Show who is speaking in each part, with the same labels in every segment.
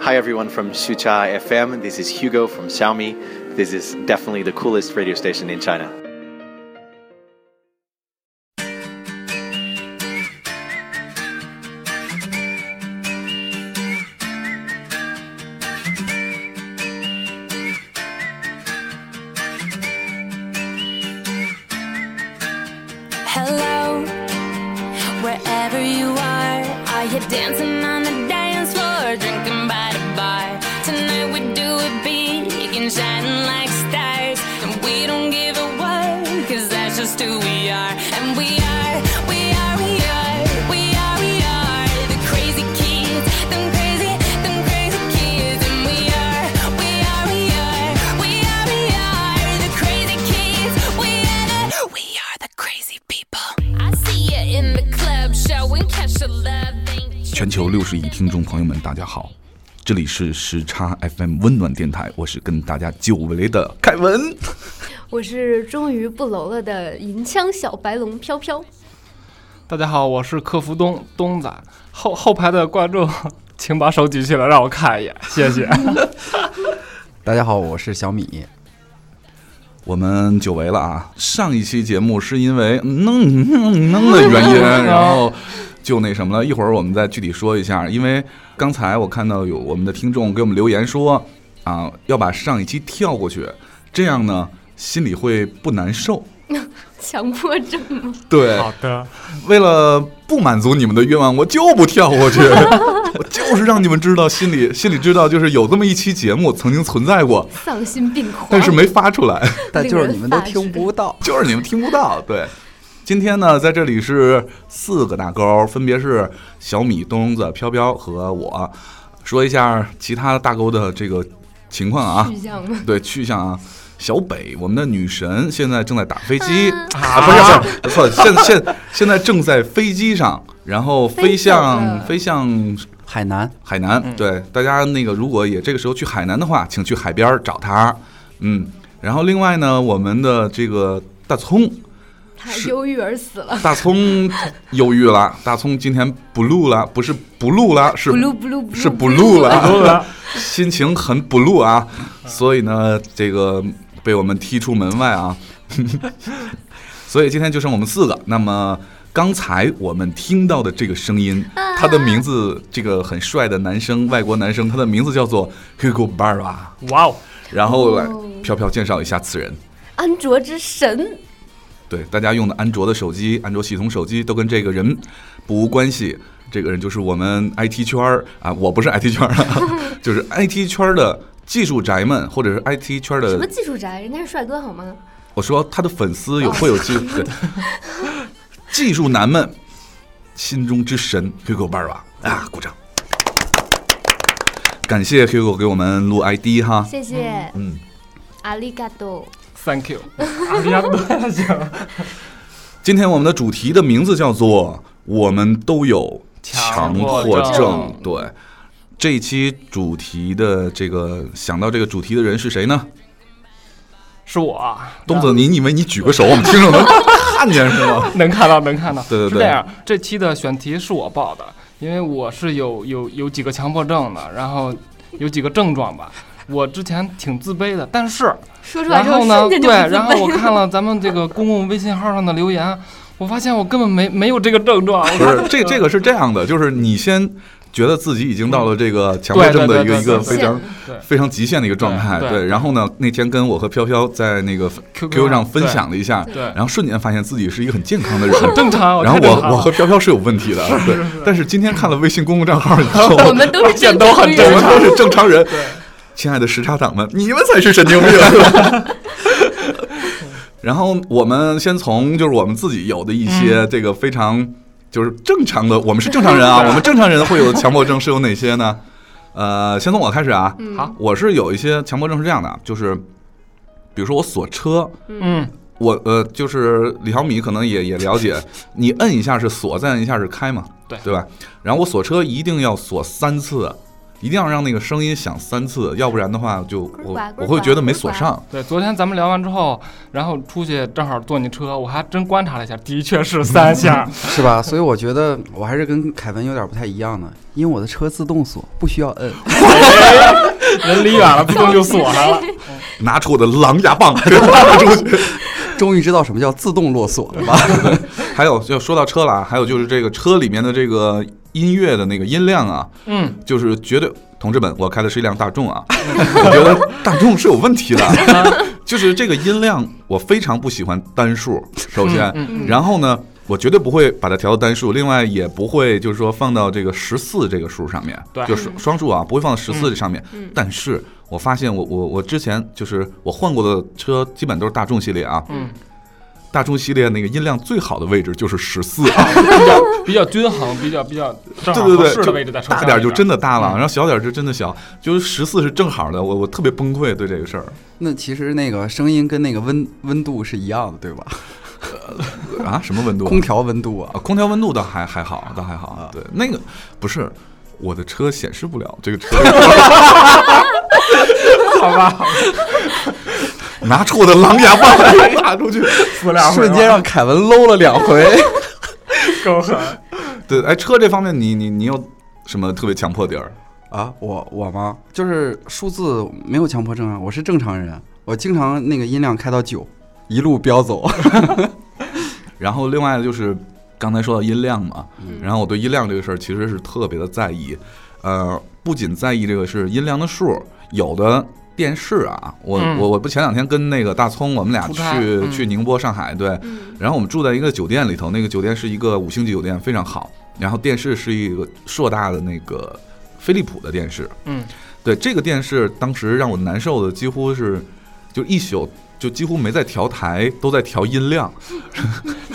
Speaker 1: Hi everyone from Xucha FM. This is Hugo from Xiaomi. This is definitely the coolest radio station in China.
Speaker 2: 全球六十亿听众朋友们，大家好，这里是时差 FM 温暖电台，我是跟大家久违的凯文，
Speaker 3: 我是终于不楼了的银枪小白龙飘飘。
Speaker 4: 大家好，我是客服东东仔，后后排的观众，请把手举起来让我看一 眼，谢谢。
Speaker 5: 大家好，我是小米。
Speaker 2: 我们久违了啊！上一期节目是因为嗯弄弄弄嗯的原因，然后就那什么了。一会儿我们再具体说一下，因为刚才我看到有我们的听众给我们留言说啊，要把上一期跳过去，这样呢心里会不难受。
Speaker 3: 强迫症吗？
Speaker 2: 对，
Speaker 4: 好的。
Speaker 2: 为了不满足你们的愿望，我就不跳过去， 我就是让你们知道，心里心里知道，就是有这么一期节目曾经存在 过，
Speaker 3: 丧心病狂，
Speaker 2: 但是没发出来。
Speaker 5: 但就是你们都听不到，
Speaker 2: 就是你们听不到。对，今天呢，在这里是四个大钩，分别是小米、东子、飘飘和我，说一下其他大钩的这个情况啊
Speaker 3: 去，向吗？
Speaker 2: 对去向啊。小北，我们的女神现在正在打飞机
Speaker 4: 啊
Speaker 2: 啊，不是不是，错，现现现在正在飞机上，然后飞向飞
Speaker 3: 飞
Speaker 2: 向
Speaker 5: 海南
Speaker 2: 海南。对，大家那个如果也这个时候去海南的话，请去海边儿找他。嗯，然后另外呢，我们的这个大葱，
Speaker 3: 他忧郁而死了。
Speaker 2: 大葱忧郁了，大葱今天不录了，不是不录了，是
Speaker 3: 不录不录不录
Speaker 2: 是不录
Speaker 4: 不录
Speaker 2: 了
Speaker 4: 了，
Speaker 2: 心情很不录啊，所以呢，这个被我们踢出门外啊， 所以今天就剩我们四个。那么刚才我们听到的这个声音，他的名字，这个很帅的男生，外国男生，他的名字叫做 Hugo Barra。
Speaker 4: 哇哦，
Speaker 2: 然后来
Speaker 3: 哦
Speaker 2: 飘飘介绍一下此人。
Speaker 3: 安卓之神，
Speaker 2: 对，大家用的安卓的手机、安卓系统手机都跟这个人不无关系。这个人就是我们 IT 圈儿啊，我不是 IT 圈儿 啊，就是 IT 圈儿的技术宅们，或者是 IT 圈儿
Speaker 3: 什么
Speaker 2: 的。
Speaker 3: 技术宅？人家是帅哥好吗？
Speaker 2: 我说他的粉丝有会有
Speaker 3: 哦
Speaker 2: 技对技术男们心中之神 Hugo Barra 啊，鼓掌！感谢 Hugo 给我们录 ID 哈，
Speaker 3: 谢谢，
Speaker 2: 嗯。
Speaker 3: 阿里嘎多。
Speaker 4: Thank you，阿比亚多行，
Speaker 2: 今天我们的主题的名字叫做“我们都有强迫
Speaker 4: 强迫
Speaker 2: 症
Speaker 4: 症”。
Speaker 2: 对，这一期主题的这个想到这个主题的人是谁呢？
Speaker 4: 是我啊，
Speaker 2: 东子，你以为你举个手，我们听众能看见是吗？
Speaker 4: 能看到，能看到。
Speaker 2: 对对对
Speaker 4: 是这样，这期的选题是我报的，因为我是有有有几个强迫症的，然后有几个症状吧。我之前挺自卑的，但是
Speaker 3: 说出来
Speaker 4: 然
Speaker 3: 之后
Speaker 4: 后呢，
Speaker 3: 瞬间就
Speaker 4: 对，然后
Speaker 3: 不自
Speaker 4: 我
Speaker 3: 卑了。
Speaker 4: 看了咱们这个公共微信号上的留言，我发现我根本没没有这个症状。
Speaker 2: 不是，这这个是这样的，就是你先觉得自己已经到了这个强迫症的一个一
Speaker 4: 对对对
Speaker 2: 个
Speaker 4: 对
Speaker 2: 非
Speaker 4: 对
Speaker 2: 常
Speaker 4: 对
Speaker 2: 非常极限的一个状态。
Speaker 4: 对对
Speaker 2: 对，然后呢，那天跟我和飘飘在那个 QQ 上分享了一下，
Speaker 4: 啊对，
Speaker 2: 然后瞬间发现自己是一个很健康的人，
Speaker 4: 很正常。
Speaker 2: 然后
Speaker 4: 太正
Speaker 2: 我
Speaker 4: 常
Speaker 2: 我
Speaker 4: 了
Speaker 2: 和飘飘是有问题的，对。但是今天看了微信公共账号以 后，
Speaker 3: 我们都是
Speaker 4: 见
Speaker 3: 正
Speaker 4: 都
Speaker 3: 常
Speaker 4: 很
Speaker 2: 我
Speaker 4: 正
Speaker 3: 人
Speaker 2: 们
Speaker 4: 常，
Speaker 2: 都是正常人。
Speaker 4: 对
Speaker 2: 亲爱的时差党们，你们才是神经病。 然后我们先从就是我们自己有的一些这个非常就是正常的，我们是正常人 啊，我们正常人会有强迫症是有哪些呢？呃，先从我开始啊，
Speaker 4: 好，
Speaker 2: 我是有一些强迫症是这样的，啊就是比如说我锁车，
Speaker 4: 嗯，
Speaker 2: 我呃，就是李小米可能也也了解， 你摁一下是锁，再摁一下是开嘛，
Speaker 4: 对
Speaker 2: 对吧？然后我锁车一定要锁三次，一定要让那个声音响三次，要不然的话就
Speaker 3: 呱
Speaker 2: 我
Speaker 3: 呱呱
Speaker 2: 我会觉得没锁
Speaker 3: 呱呱
Speaker 2: 上。
Speaker 4: 对，昨天咱们聊完之后，然后出去正好坐你车，我还真观察了一下，的确是三 下。
Speaker 5: 是吧？所以我觉得我还是跟凯文有点不太一样呢，因为我的车自动锁，不需要摁。
Speaker 4: 人离远了，自动就锁上了。
Speaker 2: 拿出我的狼牙棒，给我打出去。
Speaker 5: 终于知道什么叫自动落锁了吧？
Speaker 2: 还有，就说到车了啊，还有就是这个车里面的这个音乐的那个音量啊，
Speaker 4: 嗯，
Speaker 2: 就是绝对，同志们，我开的是一辆大众啊，我觉得大众是有问题的， 就是这个音量我非常不喜欢单数，首先，
Speaker 4: 嗯
Speaker 3: 嗯
Speaker 2: 然后呢，我绝对不会把它调到单数，另外也不会就是说放到这个十四这个数上面，
Speaker 4: 对
Speaker 2: 就是双数啊，不会放到十四这上面，
Speaker 3: 嗯
Speaker 2: 但是。我发现我我我之前就是我换过的车，基本都是大众系列啊。
Speaker 4: 嗯，
Speaker 2: 大众系列那个音量最好的位置就是十四啊，
Speaker 4: 比较比较均衡，比较比较哦正好
Speaker 2: 对
Speaker 4: 合
Speaker 2: 对
Speaker 4: 适
Speaker 2: 对，就
Speaker 4: 的位置在车
Speaker 2: 大点儿就真
Speaker 4: 的
Speaker 2: 的大了，
Speaker 4: 嗯
Speaker 2: 然后小点儿就真的小，就是十四是正好的，我我特别崩溃对这个事儿，
Speaker 5: 那其实那个声音跟那个温温度是一样的，对吧？
Speaker 2: 啊，什么温度啊？
Speaker 5: 空调温度啊
Speaker 2: 啊，，空调温度倒还还好，倒还好
Speaker 5: 啊，
Speaker 2: 对，那个不是。我的车显示不了这个车，
Speaker 4: 好吧？
Speaker 2: 拿出我的狼牙棒来打出 去。
Speaker 4: 塑料
Speaker 5: 瞬间让凯文搂了两回。
Speaker 4: 够狠。
Speaker 2: 对，哎，车这方面你你你有什么特别强迫点儿？
Speaker 5: 啊，我我吗？就是数字没有强迫症啊，我是正常人，我经常那个音量开到九，一路飙走。
Speaker 2: 然后另外就是刚才说到音量嘛，
Speaker 3: 嗯
Speaker 2: 然后我对音量这个事儿其实是特别的在意，呃，不仅在意这个是音量的数，有的电视啊，我、
Speaker 4: 嗯
Speaker 2: 我我不前两天跟那个大葱，我们俩
Speaker 4: 出
Speaker 2: 去、
Speaker 4: 差嗯
Speaker 2: 去宁波、上海，对，
Speaker 3: 嗯
Speaker 2: 然后我们住在一个酒店里头，那个酒店是一个五星级酒店，非常好，然后电视是一个硕大的那个飞利浦的电视，
Speaker 4: 嗯，
Speaker 2: 对，这个电视当时让我难受的几乎是就一宿。就几乎没在调台，都在调音量。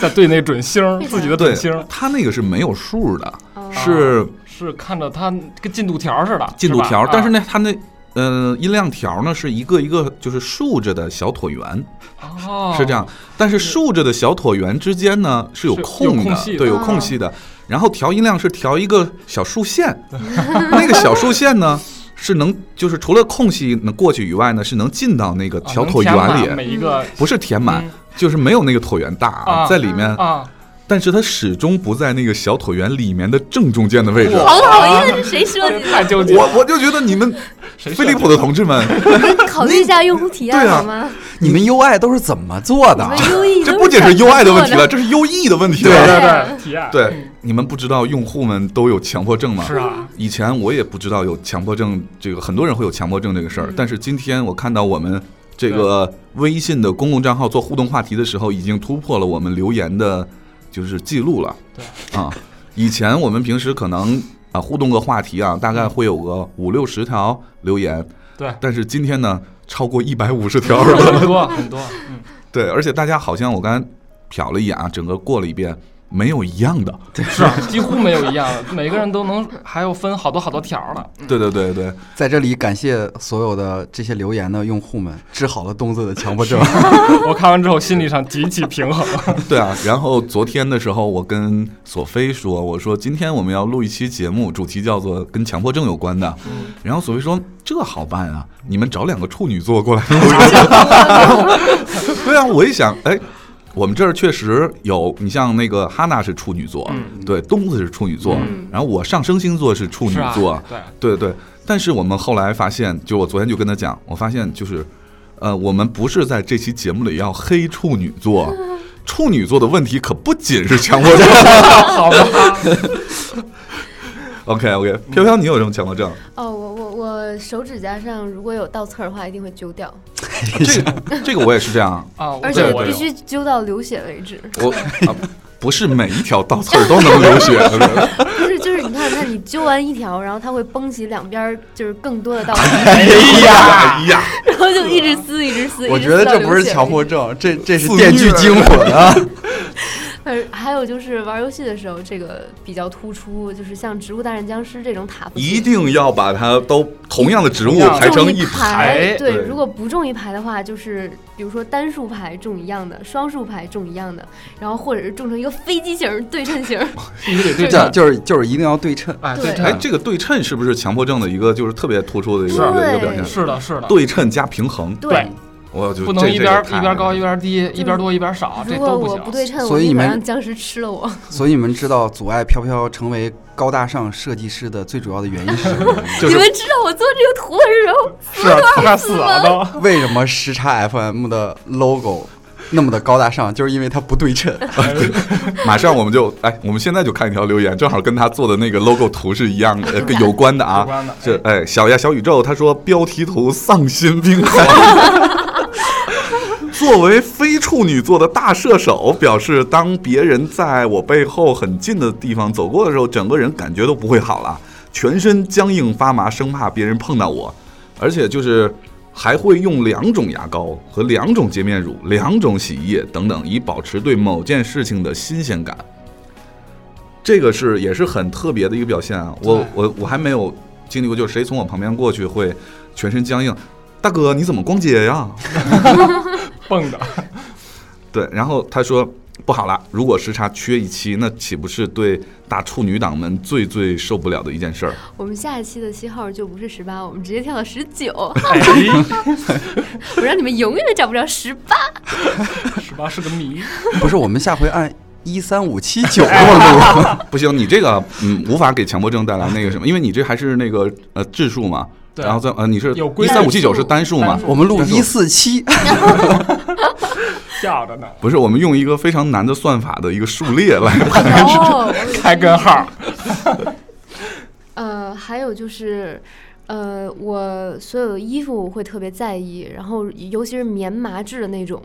Speaker 4: 在对那准星儿，
Speaker 3: 为啥
Speaker 4: 自己的
Speaker 2: 对
Speaker 4: 准星儿，
Speaker 2: 它那个是没有数的，
Speaker 3: 哦
Speaker 2: 是
Speaker 4: 是看着它跟进度条似的，
Speaker 2: 进度
Speaker 4: 吧
Speaker 2: 条，
Speaker 4: 啊
Speaker 2: 但是呢，它那呃音量条呢是一个一个就是竖着的小椭圆，
Speaker 4: 哦
Speaker 2: 是这样。但是竖着的小椭圆之间呢是有
Speaker 4: 是有
Speaker 2: 空
Speaker 4: 空
Speaker 2: 的
Speaker 4: 隙，的
Speaker 2: 对，有
Speaker 3: 啊
Speaker 2: 空隙的。然后调音量是调一个小竖线， 那个小竖线呢是能就是除了空隙能过去以外呢，是能进到那个
Speaker 4: 啊
Speaker 2: 小
Speaker 4: 能
Speaker 2: 椭
Speaker 4: 填满
Speaker 2: 圆里，
Speaker 4: 每一个
Speaker 2: 不是填满
Speaker 4: 嗯，
Speaker 2: 就是没有那个椭圆大啊
Speaker 4: 啊
Speaker 2: 在里面，
Speaker 4: 啊，
Speaker 2: 但是它始终不在那个小椭圆里面的正中间的位置。
Speaker 3: 好讨厌，谁说
Speaker 4: 这
Speaker 3: 你
Speaker 4: 太纠结了。
Speaker 2: 我我就觉得你们
Speaker 4: 谁
Speaker 2: 飞
Speaker 4: 设
Speaker 2: 利
Speaker 4: 计
Speaker 2: 浦的同志们。
Speaker 3: 们考虑一下用户体验
Speaker 2: 对啊
Speaker 3: 好吗？
Speaker 5: 你们 UI 都是怎么做的啊
Speaker 3: 我？们优异
Speaker 2: 这
Speaker 3: 都
Speaker 2: 不仅是
Speaker 3: 想做
Speaker 2: UI 的问题
Speaker 3: 的
Speaker 2: 了，，这是 UE 的问题
Speaker 4: 对
Speaker 2: 了。
Speaker 4: 对对，体验
Speaker 2: 对，你们不知道用户们都有强迫症吗？
Speaker 4: 是啊，
Speaker 2: 以前我也不知道有强迫症，这个很多人会有强迫症这个事
Speaker 4: 嗯
Speaker 2: 儿。但是今天我看到我们这个微信的公共账号做互动话题的时候，已经突破了我们留言的，就是记录了。
Speaker 4: 对
Speaker 2: 啊，以前我们平时可能啊互动个话题啊，大概会有个五六十条留言，
Speaker 4: 对，
Speaker 2: 但是今天呢，超过一百五十条了。
Speaker 4: 很多很多，嗯，
Speaker 2: 对，而且大家好像我刚才瞟了一眼啊，整个过了一遍，没有一样的。
Speaker 4: 是啊几乎没有一样的，每个人都能还要分好多好多条儿呢。
Speaker 2: 对对对对，
Speaker 5: 在这里感谢所有的这些留言的用户们，治好了东子的强迫症。
Speaker 4: 我看完之后心理上极其 平衡。
Speaker 2: 对啊。然后昨天的时候，我跟索菲说，我说今天我们要录一期节目，主题叫做跟强迫症有关的。然后索菲说这好办啊，你们找两个处女座过来录一个。然后对啊，我一想，哎。我们这儿确实有，你像那个哈娜是处女座，对，东子是处女座，
Speaker 4: 嗯
Speaker 2: 然后我上升星座是处女
Speaker 4: 是啊
Speaker 2: 座，，
Speaker 4: 对，
Speaker 2: 对对，但是我们后来发现，就我昨天就跟他讲，我发现就是，呃，我们不是在这期节目里要黑处女座，处女座的问题可不仅是强迫症。
Speaker 4: 好吧，
Speaker 2: OK OK，飘飘，你有什么强迫症？
Speaker 3: 哦，我我我手指甲上如果有倒刺儿的话，一定会揪掉，
Speaker 2: 这个这个我也是这样，
Speaker 4: 啊，
Speaker 3: 而
Speaker 4: 对
Speaker 3: 且
Speaker 2: 我
Speaker 4: 我
Speaker 3: 必
Speaker 4: 有
Speaker 3: 须揪到流血为止。
Speaker 2: 我、啊、不是每一条倒刺儿都能流血。
Speaker 3: 不是，就是你看，看你揪完一条，然后它会绷起两边儿，就是更多的倒刺，
Speaker 2: 哎呀哎呀，
Speaker 3: 然后就一直撕，一直撕。
Speaker 5: 我
Speaker 3: 一直撕
Speaker 5: 觉得
Speaker 3: 到
Speaker 5: 这不
Speaker 3: 流
Speaker 5: 是
Speaker 3: 血
Speaker 5: 强
Speaker 3: 为
Speaker 5: 迫
Speaker 3: 止。
Speaker 5: 症，这这 是
Speaker 2: 自
Speaker 5: 电锯
Speaker 2: 虐
Speaker 5: 惊魂啊！
Speaker 3: 呃，还有就是玩游戏的时候，这个比较突出，就是像《植物大战僵尸》这种塔，
Speaker 2: 一定要把它都同样的植物
Speaker 4: 同样
Speaker 2: 排成
Speaker 3: 中
Speaker 2: 一
Speaker 3: 排
Speaker 4: 排。
Speaker 3: 对，
Speaker 2: 对
Speaker 3: 如果不中一排的话，就是比如说单数排中一样的，双数排中一样的，然后或者是中成一个飞机型儿对称型儿。
Speaker 4: 一个得对
Speaker 3: 这
Speaker 4: 称，
Speaker 5: 就是就是一定要对称。
Speaker 4: 哎，
Speaker 3: 对
Speaker 4: 对
Speaker 2: 哎，
Speaker 4: 称，
Speaker 2: 这个对称是不是强迫症的一个就是特别突出的一个
Speaker 3: 是
Speaker 2: 一个一个表
Speaker 3: 哎
Speaker 2: 现？
Speaker 4: 是的，是的，
Speaker 2: 对称加平衡，
Speaker 3: 对，
Speaker 2: 我就
Speaker 4: 不能一边儿一边儿高一
Speaker 2: 一。
Speaker 4: 边儿低，一边儿多一边儿少，这
Speaker 3: 如
Speaker 4: 都
Speaker 3: 果
Speaker 4: 不
Speaker 3: 我
Speaker 4: 行。
Speaker 3: 不对称，
Speaker 5: 所
Speaker 3: 我
Speaker 5: 以
Speaker 3: 立
Speaker 5: 你
Speaker 3: 马
Speaker 5: 们
Speaker 3: 让僵尸吃了我。
Speaker 5: 所以你们知道阻碍飘飘成为高大上设计师的最主要的原因是什 么吗？
Speaker 2: 就
Speaker 3: 你
Speaker 2: 是
Speaker 3: 们知道我做这个图的时候，
Speaker 4: 是啊，他死了都。
Speaker 5: 为什么时差 FM 的 logo 那么的高大上，就是因为它不对称。
Speaker 2: 马上我们就哎，我们现在就看一条留言，正好跟他做的那个 logo 图是一样的， 呃跟有关的啊，
Speaker 4: 有关的
Speaker 2: 是哎，小呀小宇宙他说标题图丧心病 狂。作为非处女座的大射手表示，当别人在我背后很近的地方走过的时候，整个人感觉都不会好了，全身僵硬发麻，生怕别人碰到我，而且就是还会用两种牙膏和两种洁面乳、两种洗衣液等等，以保持对某件事情的新鲜感。这个是也是很特别的一个表现啊！我
Speaker 4: 对
Speaker 2: 我我还没有经历过，就是谁从我旁边过去会全身僵硬，大哥你怎么光洁呀、
Speaker 4: 蹦的，
Speaker 2: 对，然后他说不好了，如果时差缺一期，那岂不是对大处女党们最最受不了的一件事儿？
Speaker 3: 我们下一期的七号就不是十八，我们直接跳到十九，
Speaker 4: 哎，
Speaker 3: 我让你们永远找不着十八。
Speaker 4: 十八是个谜，
Speaker 5: 不是，我们下回按一三五七 九过路。
Speaker 2: 不行，你这个嗯无法给强迫症带来那个什么，因为你这还是那个呃质数嘛，
Speaker 4: 对
Speaker 2: 然后再呃你是
Speaker 4: 有
Speaker 2: 一
Speaker 4: 规
Speaker 2: 三
Speaker 4: 律
Speaker 2: 五七九是单数嘛
Speaker 4: 单，数
Speaker 5: 我们录一四七，
Speaker 4: 吓 着呢，
Speaker 2: 不是我们用一个非常难的算法的一个数列来 判断。
Speaker 3: 哦，
Speaker 4: 开根号，
Speaker 3: 呃，还有就是，呃，我所有的衣服会特别在意，然后尤其是棉麻质的那种。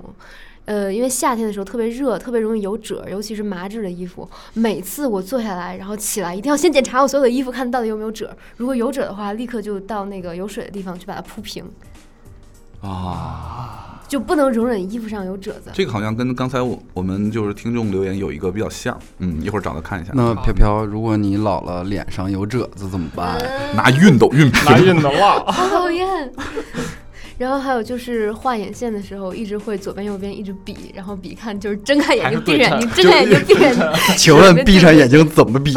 Speaker 3: 呃，因为夏天的时候特别热，特别容易有褶，尤其是麻质的衣服。每次我坐下来，然后起来，一定要先检查我所有的衣服，看到底有没有褶。如果有褶的话，立刻就到那个有水的地方去把它铺平，
Speaker 2: 啊，
Speaker 3: 就不能容忍衣服上有褶子。
Speaker 2: 这个好像跟刚才我我们就是听众留言有一个比较像，嗯，一会儿找他看一下。
Speaker 5: 那飘飘，如果你老了脸上有褶子怎么办？
Speaker 2: 拿熨斗熨
Speaker 4: 拿
Speaker 2: 平，
Speaker 4: 印的了，
Speaker 3: 哦好讨厌。 然后还有就是画眼线的时候，一直会左边右边一直比，然后比看就是睁开眼
Speaker 4: 还
Speaker 3: 睛
Speaker 4: 是
Speaker 3: 闭着眼睛，
Speaker 4: 对
Speaker 3: 睁开眼睛闭着眼睛，
Speaker 5: 请问闭上眼睛怎么闭？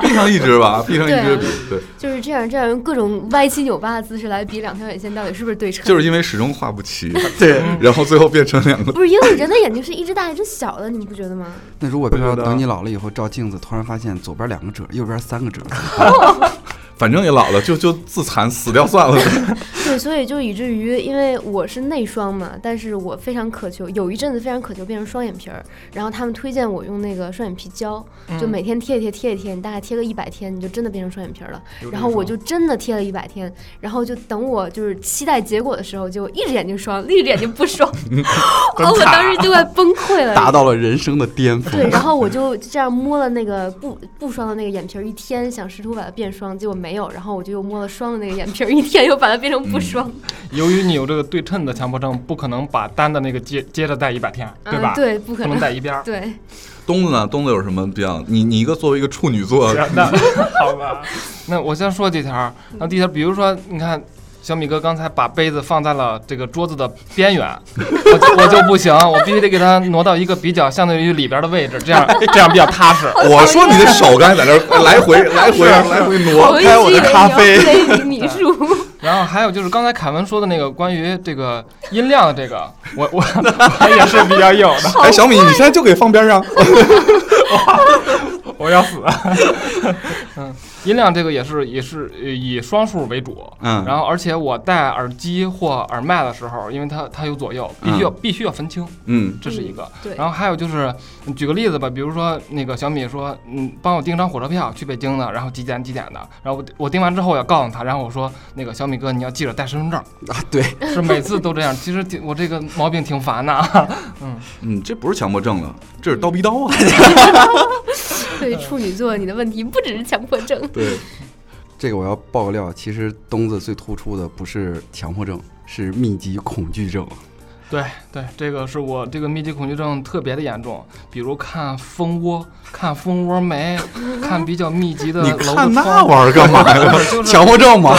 Speaker 2: 闭上一只 吧，闭上一只笔，对，
Speaker 3: 就是这样这样用各种歪七扭八的姿势来比两条眼线到底是不是对称。
Speaker 2: 就是因为始终画不 齐，
Speaker 5: 对。
Speaker 2: 然后最后变成两个。
Speaker 3: 不是因为人的眼睛是一只大一只小的，你不觉得吗？
Speaker 5: 那如果飘
Speaker 2: 我觉
Speaker 5: 飘
Speaker 2: 得
Speaker 5: 等你老了以后照镜子，突然发现左边两个褶，右边三个 褶，
Speaker 2: 反正也老了，就就自残死掉算了。
Speaker 3: 对，所以就以至于，因为我是内双嘛，但是我非常渴求，有一阵子非常渴求变成双眼皮儿，然后他们推荐我用那个双眼皮胶，就每天贴一贴贴一贴，你大概贴个一百天，你就真的变成双眼皮儿了。然后我就真的贴了一百天，然后就等我就是期待结果的时候，就一只眼睛双，另一只眼睛不双，哦，我当时就快崩溃了。
Speaker 5: 达到了人生的巅峰。
Speaker 3: 对，然后我就这样摸了那个不不霜的那个眼皮儿一天，想试图把它变霜，结果没有。然后我就又摸了霜的那个眼皮儿一天，又把它变成不霜。
Speaker 4: 由于你有这个对称的强迫症，不可能把单的那个接接着戴一百天，对吧？
Speaker 3: 嗯，，对，不可
Speaker 4: 不能
Speaker 3: 能。
Speaker 4: 戴一边儿。
Speaker 3: 对，
Speaker 2: 东子呢？东子有什么比较？你你一个作为一个处女座，
Speaker 4: 那好吧， 嗯那我先说几条。那第一条，比如说，你看小米哥刚才把杯子放在了这个桌子的边缘，我就我就不行，我必须得给它挪到一个比较相对于里边的位置， 这样这样比较踏实。
Speaker 2: 我说你的手刚才在那儿来回来 回来回挪，
Speaker 3: 一
Speaker 2: 开我
Speaker 3: 直以
Speaker 2: 的
Speaker 3: 为
Speaker 2: 咖啡。
Speaker 3: 你要推理你数，
Speaker 4: 然后还有就是刚才凯文说的那个关于这个音量的这个，我我 我也是比较有的，
Speaker 2: 哎，小米，你现在就给放边 上。
Speaker 4: 我要死。 嗯，音量这个也是也是呃以双数为主，
Speaker 5: 嗯
Speaker 4: 然后而且我戴耳机或耳麦的时候，因为它它有左右，必须要、必须要分清，
Speaker 2: 嗯，
Speaker 4: 这是一个。
Speaker 3: 对
Speaker 4: 然后还有就是，嗯举个例子吧，比如说那个小米说，嗯，帮我订张火车票去北京的，然后几点几点的，然后我我订完之后我要告诉他，然后我说那个小米哥你要记着带身份证，
Speaker 5: 啊， 对，
Speaker 4: 是每次都这样。其实 挺我这个毛病挺烦的啊，
Speaker 2: 嗯，这不是强迫症了，这是刀逼刀啊。
Speaker 3: 对处女座，你的问题不只是强迫症，
Speaker 2: 对，
Speaker 5: 这个我要爆个料，其实东子最突出的不是强迫症，是密集恐惧症。
Speaker 4: 对对，这个是我这个密集恐惧症特别的严重，比如看蜂窝、看蜂窝煤、看比较密集的
Speaker 2: 你
Speaker 4: 楼的
Speaker 2: 看那
Speaker 4: 窗户
Speaker 2: 玩意儿干嘛呀？
Speaker 4: 对 就是
Speaker 5: 强迫症嘛，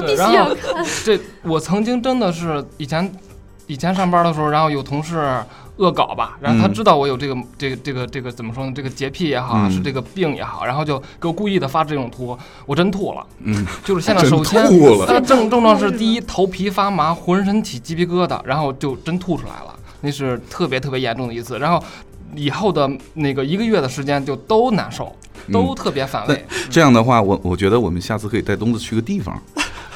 Speaker 4: 对，
Speaker 3: 必
Speaker 4: 然
Speaker 3: 须
Speaker 4: 后
Speaker 3: 要看。
Speaker 4: 这我曾经真的是以前以前上班的时候，然后有同事恶搞吧，然后他
Speaker 2: 嗯
Speaker 4: 知道我有这个、这个这个这个怎么说呢？这个洁癖也好啊，
Speaker 2: 嗯
Speaker 4: 是这个病也好，然后就给我故意的发这种图，我真吐了。
Speaker 2: 嗯，
Speaker 4: 就是现在
Speaker 2: 真
Speaker 4: 首先
Speaker 2: 吐了
Speaker 4: 呃症症状是第一头皮发麻，浑身起鸡皮疙瘩，然后就真吐出来了，那是特别特别严重的一次，然后。以后的那个一个月的时间就都难受，都特别反胃。
Speaker 2: 这样的话，我我觉得我们下次可以带东子去个地方，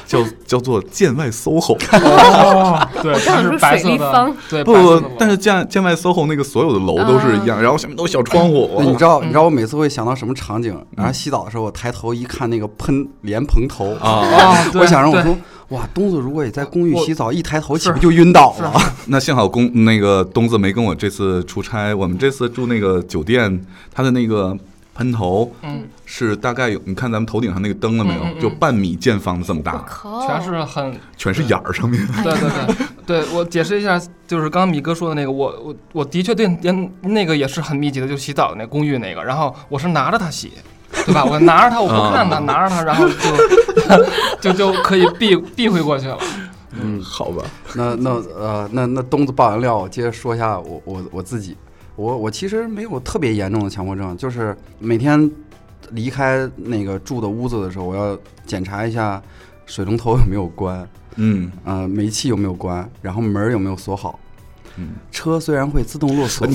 Speaker 2: 叫叫做建外 SOHO。
Speaker 4: 哦，对，它
Speaker 3: 想
Speaker 4: 是
Speaker 3: 说
Speaker 4: 白
Speaker 3: 水
Speaker 4: 色
Speaker 3: 立
Speaker 4: 的
Speaker 3: 方，
Speaker 4: 对，
Speaker 2: 不
Speaker 4: 白色
Speaker 2: 不
Speaker 4: 的楼，
Speaker 2: 但是建建外 SOHO 那个所有的楼都是一样，然后下面都是小窗
Speaker 5: 对你
Speaker 2: 户
Speaker 5: 知。道，你
Speaker 4: 嗯
Speaker 5: 知道我嗯每次会想到什么场景？然后洗澡的时候，我抬头一看那个喷莲蓬头
Speaker 2: 啊，
Speaker 4: 哦，对
Speaker 5: 我想让我
Speaker 4: 对
Speaker 5: 说，哇，东子如果也在公寓
Speaker 4: 我
Speaker 5: 洗澡，一抬头岂不就晕倒了？
Speaker 2: 那幸好公那个东子没跟我这次出差，我们这次住那个酒店，它的那个喷头
Speaker 4: 嗯，
Speaker 2: 是大概有，你看咱们头顶上那个灯了没
Speaker 4: 嗯嗯
Speaker 2: 有？
Speaker 4: 嗯
Speaker 2: 就半米见方这么大，
Speaker 3: 靠，
Speaker 4: 全是很
Speaker 2: 全是眼儿上面。
Speaker 4: 对对对，对我解释一下，就是刚刚米哥说的那个，我我我的确对嗯那个也是很密集的，就洗澡的那公寓那个，然后我是拿着它洗，对吧？我拿着它，我不看
Speaker 2: 嗯
Speaker 4: 它，拿着它，然后就 就就可以避避讳过去了。嗯
Speaker 2: 好吧，
Speaker 5: 那那呃，那那东子爆完料，我接着说一下我我我自己，我我其实没有特别严重的强迫症，就是每天离开那个住的屋子的时候，我要检查一下水龙头有没有关，
Speaker 2: 嗯，
Speaker 5: 呃，煤气有没有关，然后门儿有没有锁好。
Speaker 2: 嗯
Speaker 5: 车虽然会自动落锁，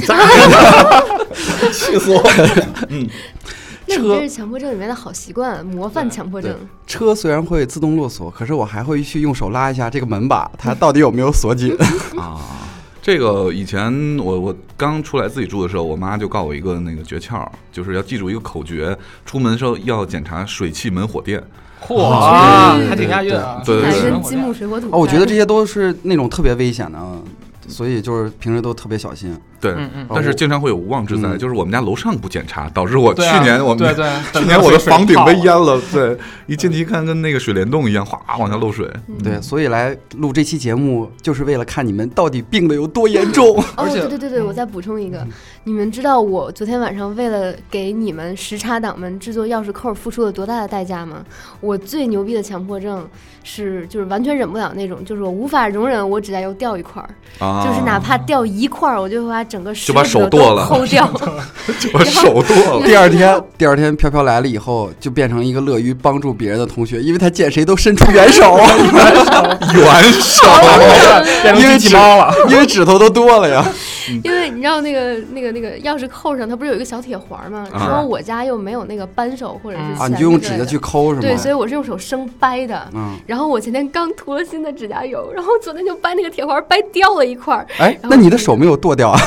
Speaker 2: 气死我了。
Speaker 3: 那你
Speaker 5: 车
Speaker 3: 这是强迫症里面的好习惯，模范强迫症。
Speaker 5: 车虽然会自动落锁，可是我还会去用手拉一下这个门把，它到底有没有锁紧。
Speaker 2: 啊，这个以前我我刚出来自己住的时候，我妈就告我一个那个诀窍，就是要记住一个口诀，出门的时候要检查水气门火电。
Speaker 4: 嚯、还挺押韵啊！
Speaker 2: 对对
Speaker 3: 男
Speaker 2: 对
Speaker 3: 人金木水火土。
Speaker 5: 哦，我觉得这些都是那种特别危险的，啊，所以就是平时都特别小心。
Speaker 2: 对，
Speaker 4: 嗯嗯
Speaker 2: 但是经常会有无妄之灾，
Speaker 5: 嗯
Speaker 2: 就是我们家楼上不检查，导致我去
Speaker 4: 对啊
Speaker 2: 年我们
Speaker 4: 对对，
Speaker 2: 去年我的房顶被淹
Speaker 4: 淹。
Speaker 2: 了，对，一进去一看跟那个水帘洞一样，哗往下漏水。
Speaker 4: 嗯
Speaker 3: 嗯
Speaker 5: 对，所以来录这期节目，就是为了看你们到底病得有多严重。
Speaker 3: 哦，
Speaker 4: 而且
Speaker 3: 对对对对，我再补充一个，你们知道我昨天晚上为了给你们时差党们制作钥匙扣付出了多大的代价吗？我最牛逼的强迫症是，就是完全忍不了那种，就是我无法容忍我指甲油掉一块儿，
Speaker 2: 啊，
Speaker 3: 就是 哪怕掉一块儿，我就会把整个
Speaker 2: 就把手剁了
Speaker 3: 抠 掉。
Speaker 2: 就把手
Speaker 4: 哦
Speaker 2: 剁了。
Speaker 5: 第二天，第二天飘飘来了以后，就变成一个乐于帮助别人的同学，因为他见谁都伸出 援手，
Speaker 2: 元首，
Speaker 4: 变成
Speaker 5: 因为
Speaker 4: 机器
Speaker 5: 指
Speaker 4: 猫了，
Speaker 5: 因为指头都 多了呀。
Speaker 2: 嗯
Speaker 3: 因为你知道那个那个那个钥匙扣上它不是有一个小铁环儿吗？
Speaker 2: 啊
Speaker 3: 然后我家又没有那个扳手或者是
Speaker 4: 嗯
Speaker 5: 啊，
Speaker 3: 钳
Speaker 5: 你就用
Speaker 3: 之
Speaker 5: 指
Speaker 3: 类
Speaker 5: 甲
Speaker 3: 的
Speaker 5: 去抠是吗？
Speaker 3: 对，所以我是用手生掰的。
Speaker 5: 嗯，
Speaker 3: 然后我前天刚涂了新的指甲油，然后昨天就掰那个铁环掰掉了一块儿。
Speaker 5: 哎，那你的手没有剁掉啊？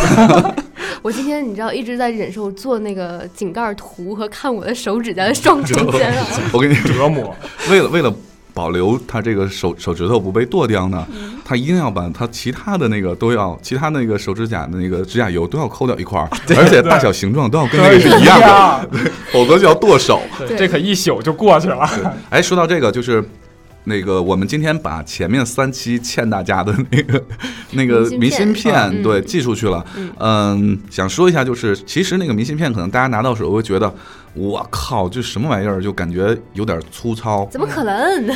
Speaker 3: 我今天你知道一直在忍受做那个井盖图和看我的手指甲的 双重煎熬。
Speaker 2: 我跟你
Speaker 4: 折磨。
Speaker 2: 为了为了保留他这个手手指头不被剁掉呢，
Speaker 3: 嗯
Speaker 2: 他一定要把他其他的那个都要，其他那个手指甲的那个指甲油都要抠掉一块 儿，而且大小形状都要跟那个是一样
Speaker 3: 啊
Speaker 2: 的，否则就要剁手。
Speaker 4: 啊对，这可一宿就过去了。
Speaker 2: 哎，说到这个，就是那个我们今天把前面三期欠大家的那个那个明
Speaker 3: 明
Speaker 2: 信
Speaker 3: 信片
Speaker 2: 片
Speaker 3: 嗯
Speaker 2: 对寄出去了
Speaker 3: 嗯。
Speaker 2: 嗯，想说一下，就是其实那个明信片可能大家拿到手会觉得，我靠，这什么玩意儿，就感觉有点粗糙。
Speaker 3: 怎么 可能？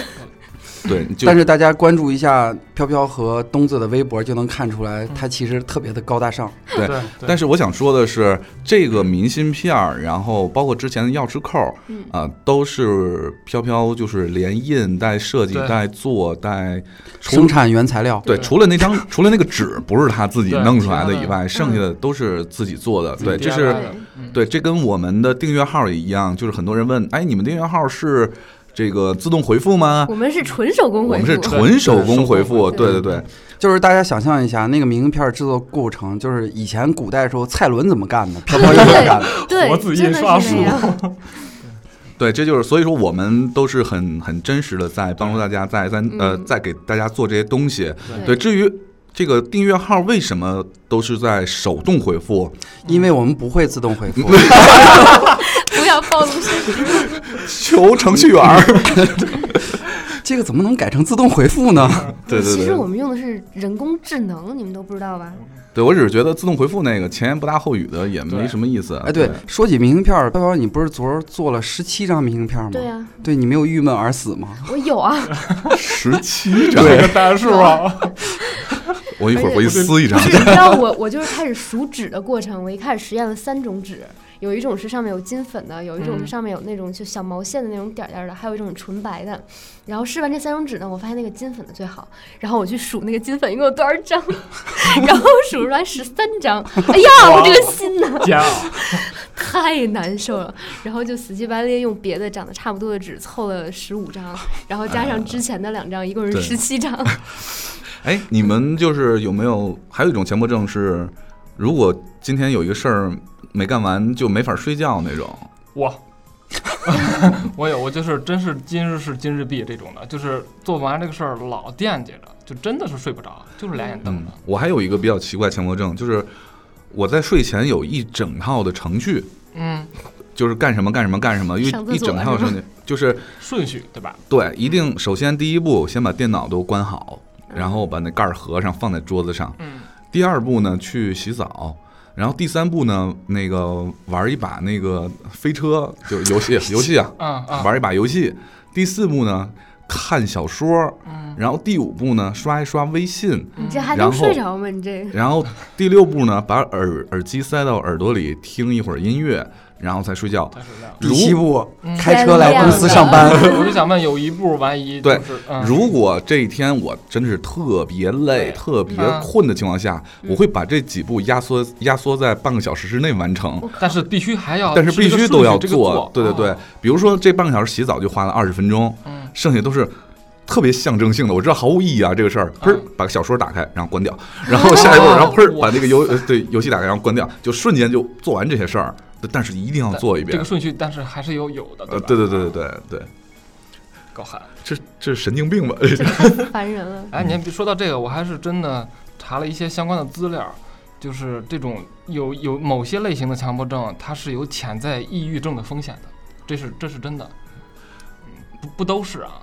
Speaker 2: 对，就
Speaker 5: 但是大家关注一下飘飘和东子的微博，就能看出
Speaker 4: 嗯
Speaker 5: 来，他其实特别的高大上。
Speaker 2: 对
Speaker 4: 对，
Speaker 2: 但是我想说的是，这个明信片儿，然后包括之前的钥匙扣儿，啊、
Speaker 3: 嗯
Speaker 2: 都是飘飘就是连印带设计
Speaker 4: 对
Speaker 2: 带做带，除
Speaker 5: 生产原材料，
Speaker 2: 对
Speaker 4: 对
Speaker 2: 除了那张除了那个纸不是他自己
Speaker 4: 对
Speaker 2: 弄出来的
Speaker 4: 其他
Speaker 2: 以
Speaker 4: 的
Speaker 2: 外，剩下的都是自己做的。对，这是
Speaker 4: DIY 的嗯
Speaker 2: 对，这跟我们的订阅号也一样，就是很多人问，哎，你们订阅号是这个自动回复吗？
Speaker 3: 我们是纯手工
Speaker 2: 我
Speaker 3: 回
Speaker 2: 们
Speaker 3: 复
Speaker 2: 是。纯手
Speaker 4: 对
Speaker 2: 工
Speaker 4: 手
Speaker 2: 回
Speaker 4: 工
Speaker 2: 复，
Speaker 3: 复
Speaker 2: 对对对，
Speaker 5: 就是大家想象一下那个明信片制作过程，就是以前古代的时候蔡伦怎么干的，飘飘也怎么干的。
Speaker 3: 对
Speaker 4: 活，字
Speaker 3: 真
Speaker 4: 印
Speaker 3: 的是
Speaker 4: 刷术
Speaker 3: 那样。
Speaker 2: 对，这就是所以说我们都是很很真实的在帮助大家在在呃
Speaker 3: 嗯
Speaker 2: 在给大家做这些东西。对，
Speaker 3: 对
Speaker 2: 至于这个订阅号为什么都是在手动回复，嗯
Speaker 5: 因为我们不会自动回复，
Speaker 3: 不要暴露身份。
Speaker 2: 求程序员儿。
Speaker 5: 这个怎么能改成自动回复呢？
Speaker 2: 对对嗯
Speaker 3: 其
Speaker 2: 对
Speaker 3: 实，我们用的是人工智能，你们都不知道吧？
Speaker 2: 对我只是觉得自动回复那个前言不搭后语的也没什么意思。啊
Speaker 5: 哎，对，说起明信片儿，包包，你不是昨儿做了十七张明信片儿吗？
Speaker 3: 对啊，
Speaker 5: 对你没有郁闷而死吗？
Speaker 3: 我 有啊，
Speaker 2: 十七张，
Speaker 4: 这个单数啊，
Speaker 2: 我一会儿
Speaker 5: 哎
Speaker 2: 回去撕一张
Speaker 3: 不。是，你知道我我就是开始数纸的过程，我一开始实验了三种纸，有一种是上面有金粉的，有一种
Speaker 4: 嗯
Speaker 3: 是上面有那种就小毛线的那种点儿点儿的，还有一种是纯白的。然后试完这三种纸呢，我发现那个金粉的最好，然后我去数那个金粉一共有多少 张，然后数出来十三张，哎呀，我这个心呐、
Speaker 4: 煎熬。
Speaker 3: 太难受了，然后就死乞白赖用别的长得差不多的纸凑了十五 张，然后加上之前的两张，一共是
Speaker 2: 对
Speaker 3: 十七张。
Speaker 2: 哎，你们就是有没有还有一种强迫症是，如果今天有一个事儿没干完就没法睡觉那种？
Speaker 4: 我， 我有，我就是真是今日事今日毕这种的，就是做完这个事儿老惦记着，就真的是睡不着，就是俩眼瞪
Speaker 2: 嗯
Speaker 4: 着。，
Speaker 2: 我还有一个比较奇怪强迫症，就是我在睡前有一整套的程序，
Speaker 4: 嗯，
Speaker 2: 就是干什么干什么干什么，一
Speaker 3: 上厕所
Speaker 2: 一整套
Speaker 3: 是吗
Speaker 2: 程序，就是
Speaker 4: 顺序对吧？
Speaker 2: 对，一定首先第一步先把电脑都关好，然后把那盖儿合上放在桌子上。
Speaker 4: 嗯，
Speaker 2: 第二步呢，去洗澡。然后第三步呢，那个玩一把那个飞车，就游戏游戏啊，
Speaker 4: 啊啊，
Speaker 2: 玩一把游戏。第四步呢，看小说。
Speaker 4: 嗯
Speaker 2: 然后第五步呢，刷一刷微信。
Speaker 3: 你这还
Speaker 2: 然
Speaker 3: 能
Speaker 2: 后
Speaker 3: 睡着吗？你这
Speaker 2: 然后第六步呢，把耳耳机塞到耳朵里听一会儿音乐，然后再睡觉。
Speaker 4: 太水了。
Speaker 5: 第七步，
Speaker 4: 嗯
Speaker 5: 开车来公司上
Speaker 3: 嗯
Speaker 5: 班。
Speaker 4: 我就想问，有一步万一就
Speaker 2: 对
Speaker 4: 是，嗯
Speaker 2: 如果这一天我真的是特别累、
Speaker 4: 对
Speaker 2: 特别
Speaker 4: 嗯
Speaker 2: 困的情况下，
Speaker 3: 嗯
Speaker 2: 我会把这几步压缩压缩在半个小时之内完成。
Speaker 4: 但是必须还要，
Speaker 2: 但是必须都要
Speaker 4: 这个
Speaker 2: 做
Speaker 4: 做，，
Speaker 2: 对对对
Speaker 4: 啊，。
Speaker 2: 比如说这半个小时洗澡就花了二十分钟，
Speaker 4: 嗯，
Speaker 2: 剩下都是特别象征性的，我知道毫无意义啊这个事儿。
Speaker 4: 嗯
Speaker 2: 砰，把小说打开，然后关掉，然后下一 步，
Speaker 4: 哦
Speaker 2: 然后砰，把
Speaker 4: 哇
Speaker 2: 那个游呃对游戏打开，然后关掉，就瞬间就做完这些事儿。但但是一定要
Speaker 4: 但
Speaker 2: 做一
Speaker 4: 这
Speaker 2: 遍
Speaker 4: 个，顺序，但是还是有有的，
Speaker 2: 呃，
Speaker 4: 吧
Speaker 2: 对对对对对对，
Speaker 4: 高喊。
Speaker 2: 这这是神经病吧？
Speaker 3: 这太烦人了。
Speaker 4: 哎，您别说到这个，我还是真的查了一些相关的资料，就是这种有有某些类型的强迫症，它是有潜在抑郁症的风险的，这是这是真的，嗯不不都是啊，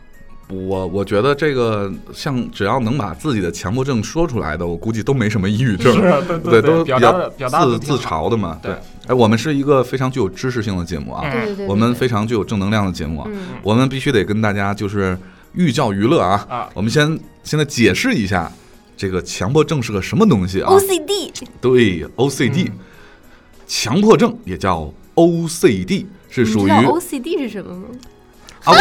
Speaker 2: 我我觉得这个像只要能把自己的强迫症说出来的，我估计都没什么抑郁症，
Speaker 4: 啊对
Speaker 2: 都
Speaker 4: 表
Speaker 2: 比
Speaker 4: 达
Speaker 2: 较
Speaker 4: 的表达
Speaker 2: 自
Speaker 4: 的
Speaker 2: 自嘲的嘛。
Speaker 4: 对，
Speaker 2: 哎，我们是一个非常具有知识性的节目啊，
Speaker 4: 嗯
Speaker 3: 对对对，
Speaker 2: 我们
Speaker 3: 对
Speaker 2: 非常具有正能量的节目啊，
Speaker 3: 嗯
Speaker 2: 我们必须得跟大家就是寓教于乐啊。
Speaker 4: 啊，
Speaker 2: 我们先现在解释一下这个强迫症是个什么东西啊？
Speaker 3: OCD
Speaker 2: 对，OCD，、
Speaker 4: 嗯
Speaker 2: 强迫症也叫 OCD，是
Speaker 3: 你
Speaker 2: 属
Speaker 3: 知
Speaker 2: 于
Speaker 3: 道 OCD 是什么吗？
Speaker 2: 啊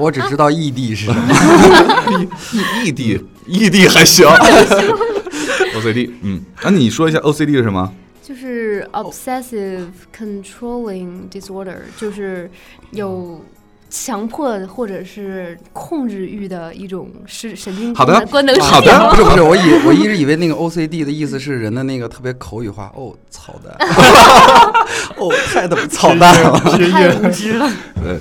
Speaker 5: 我只知道异地是什么，
Speaker 2: 异异地异地还行，OCD，嗯，那、你说一下 OCD 是什么？
Speaker 3: 就是 obsessive controlling disorder，就是有
Speaker 2: 嗯
Speaker 3: 强迫或者是控制欲的一种是神经
Speaker 2: 好的
Speaker 3: 官能官能
Speaker 2: 好
Speaker 3: 失
Speaker 2: 的
Speaker 3: 调
Speaker 5: 不。是不是，我以我一直以为那个 OCD 的意思是人的那个特别口语化，哦，操 蛋，哦，太他妈操蛋了，
Speaker 3: 太无知了，
Speaker 2: 对，呃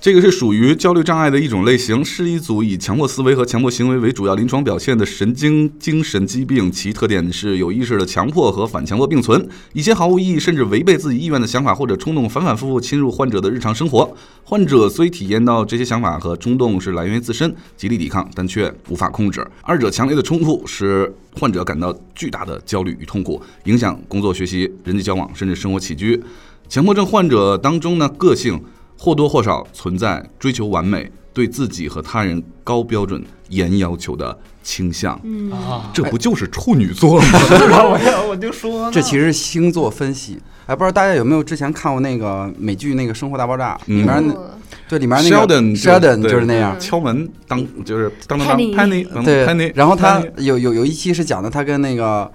Speaker 2: 这个是属于焦虑障碍的一种类型，是一组以强迫思维和强迫行为为主要临床表现的神经精神疾病，其特点是有意识的强迫和反强迫并存，一些毫无意义甚至违背自己意愿的想法或者冲动反反复复侵入患者的日常生活。患者虽体验到这些想法和冲动是来源于自身，极力抵抗，但却无法控制。二者强烈的冲突使患者感到巨大的焦虑与痛苦，影响工作、学习、人际交往，甚至生活起居。强迫症患者当中呢，个性或多或少存在追求完美、对自己和他人高标准、严要求的倾向。
Speaker 3: 嗯，
Speaker 4: 啊，
Speaker 2: 这不就是处女座 吗？
Speaker 4: 我要我就说呢
Speaker 5: 这其实是星座分析。哎，不知道大家有没有之前看过那个美剧那个《生活大爆炸》，
Speaker 2: 嗯
Speaker 5: 里面那
Speaker 3: 我
Speaker 5: 对里面那个
Speaker 2: Sheldon 就
Speaker 5: Sheldon
Speaker 2: 对
Speaker 5: 就是那样，
Speaker 2: 敲门当就是当当当
Speaker 3: Penny
Speaker 2: Penny 当
Speaker 5: 对
Speaker 2: Penny，
Speaker 5: 然后他
Speaker 2: Penny
Speaker 5: 有有有一期是讲的他跟那个，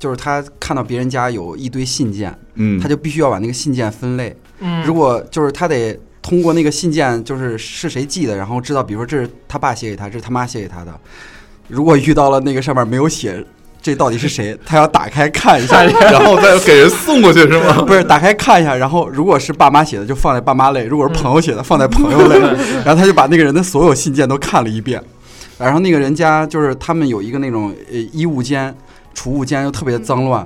Speaker 5: 就是他看到别人家有一堆信件，
Speaker 2: 嗯，
Speaker 5: 他就必须要把那个信件分类。
Speaker 4: 嗯，
Speaker 5: 如果就是他得通过那个信件，就是是谁寄的，然后知道，比如说这是他爸写给他，这是他妈写给他的。如果遇到了那个上面没有写这到底是谁，他要打开看一 下，
Speaker 2: 然后再给人送过去是吗？
Speaker 5: 不是打开看一下，然后如果是爸妈写的就放在爸妈类，如果是朋友写的放在朋友类，
Speaker 2: 嗯
Speaker 5: 然后他就把那个人的所有信件都看了一遍，然后那个人家就是他们有一个那种呃衣物间、储物间又特别脏乱，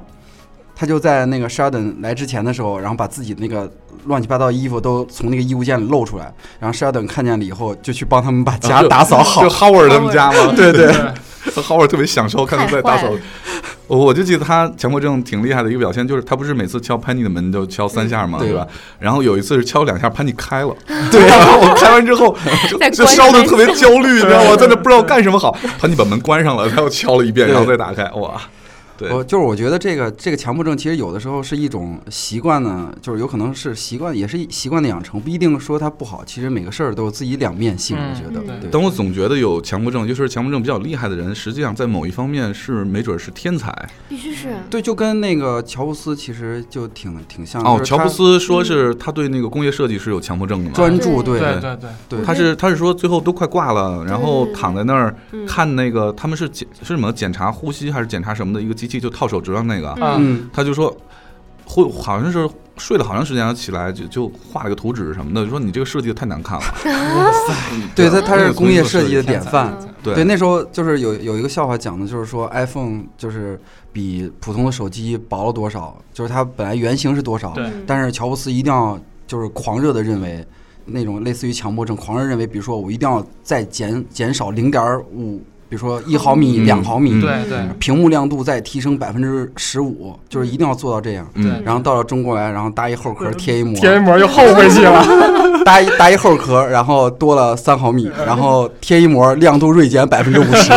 Speaker 5: 他就在那个 Sheldon 来之前的时候，然后把自己那个乱七八糟的衣服都从那个衣物间里露出来，然后 Sheldon 看见了以后，就去帮他们把家
Speaker 2: 啊就
Speaker 5: 打扫 好
Speaker 2: 就。Howard 他们家嘛， 对对
Speaker 4: 对
Speaker 2: ，Howard 特别享受看他在打
Speaker 3: 太
Speaker 2: 扫
Speaker 3: 坏了。
Speaker 2: 我我就记得他强迫症挺厉害的一个表现，就是他不是每次敲潘妮的门就敲三下嘛，
Speaker 5: 嗯对
Speaker 2: 对吧？然后有一次是敲两下，潘妮开 了，
Speaker 5: 对
Speaker 2: 然后我开完之后就
Speaker 3: 再
Speaker 2: 就
Speaker 3: 关
Speaker 2: 烧的
Speaker 3: 上
Speaker 2: 特别焦虑，你知道吗？在那不知道干什么好，潘妮把门关上了，他又敲了一遍，然后再打开，哇，对，
Speaker 5: 我呃就是我觉得这个这个强迫症其实有的时候是一种习惯呢，就是有可能是习惯，也是一习惯的养成，不一定说它不好。其实每个事儿都有自己两面性，
Speaker 4: 嗯
Speaker 5: 我觉得。
Speaker 3: 嗯
Speaker 5: 对
Speaker 2: 但我总觉得有强迫症，就是强迫症比较厉害的人，实际上在某一方面是没准是天才
Speaker 3: 必须是
Speaker 5: 对，就跟那个乔布斯其实就挺挺像
Speaker 2: 哦。
Speaker 5: 嗯就是
Speaker 2: 乔
Speaker 5: 他
Speaker 2: 布斯说是他对那个工业设计是有强迫症的嘛？
Speaker 5: 专注，
Speaker 3: 对
Speaker 5: 对
Speaker 4: 对对对，
Speaker 5: 对
Speaker 2: 他是他是说最后都快挂了，然后躺在那儿
Speaker 3: 嗯
Speaker 2: 看那个他们是检是什么检查呼吸还是检查什么的一个机器，就套手指上那个，
Speaker 4: 啊
Speaker 3: 嗯
Speaker 5: 嗯，
Speaker 2: 他就说会好像是睡了好长时间，然后起来就就画了个图纸什么的，就说你这个设计得太难看了。
Speaker 5: 对他他是工业设计的典
Speaker 4: 天才
Speaker 5: 范。
Speaker 3: 嗯
Speaker 4: 天才
Speaker 2: 对
Speaker 5: 对，那时候就是有有一个笑话讲的，就是说 iPhone 就是比普通的手机薄了多少，就是它本来原型是多少，
Speaker 4: 对
Speaker 3: 嗯
Speaker 5: 但是乔布斯一定要就是狂热的认为，那种类似于强迫症，狂热认为，比如说我一定要再减减少零点五，比如说一毫米、
Speaker 2: 嗯
Speaker 5: 两毫米，
Speaker 2: 嗯
Speaker 4: 对对
Speaker 5: 屏幕亮度再提升百分之十五，就是一定要做到这样。
Speaker 2: 嗯，
Speaker 5: 然后到了中国来，然后搭一后壳贴一膜，
Speaker 4: 贴一膜又后回去了，
Speaker 5: 搭一搭一后壳，然后多了三毫米，然后贴一膜，亮度锐减百分之五十。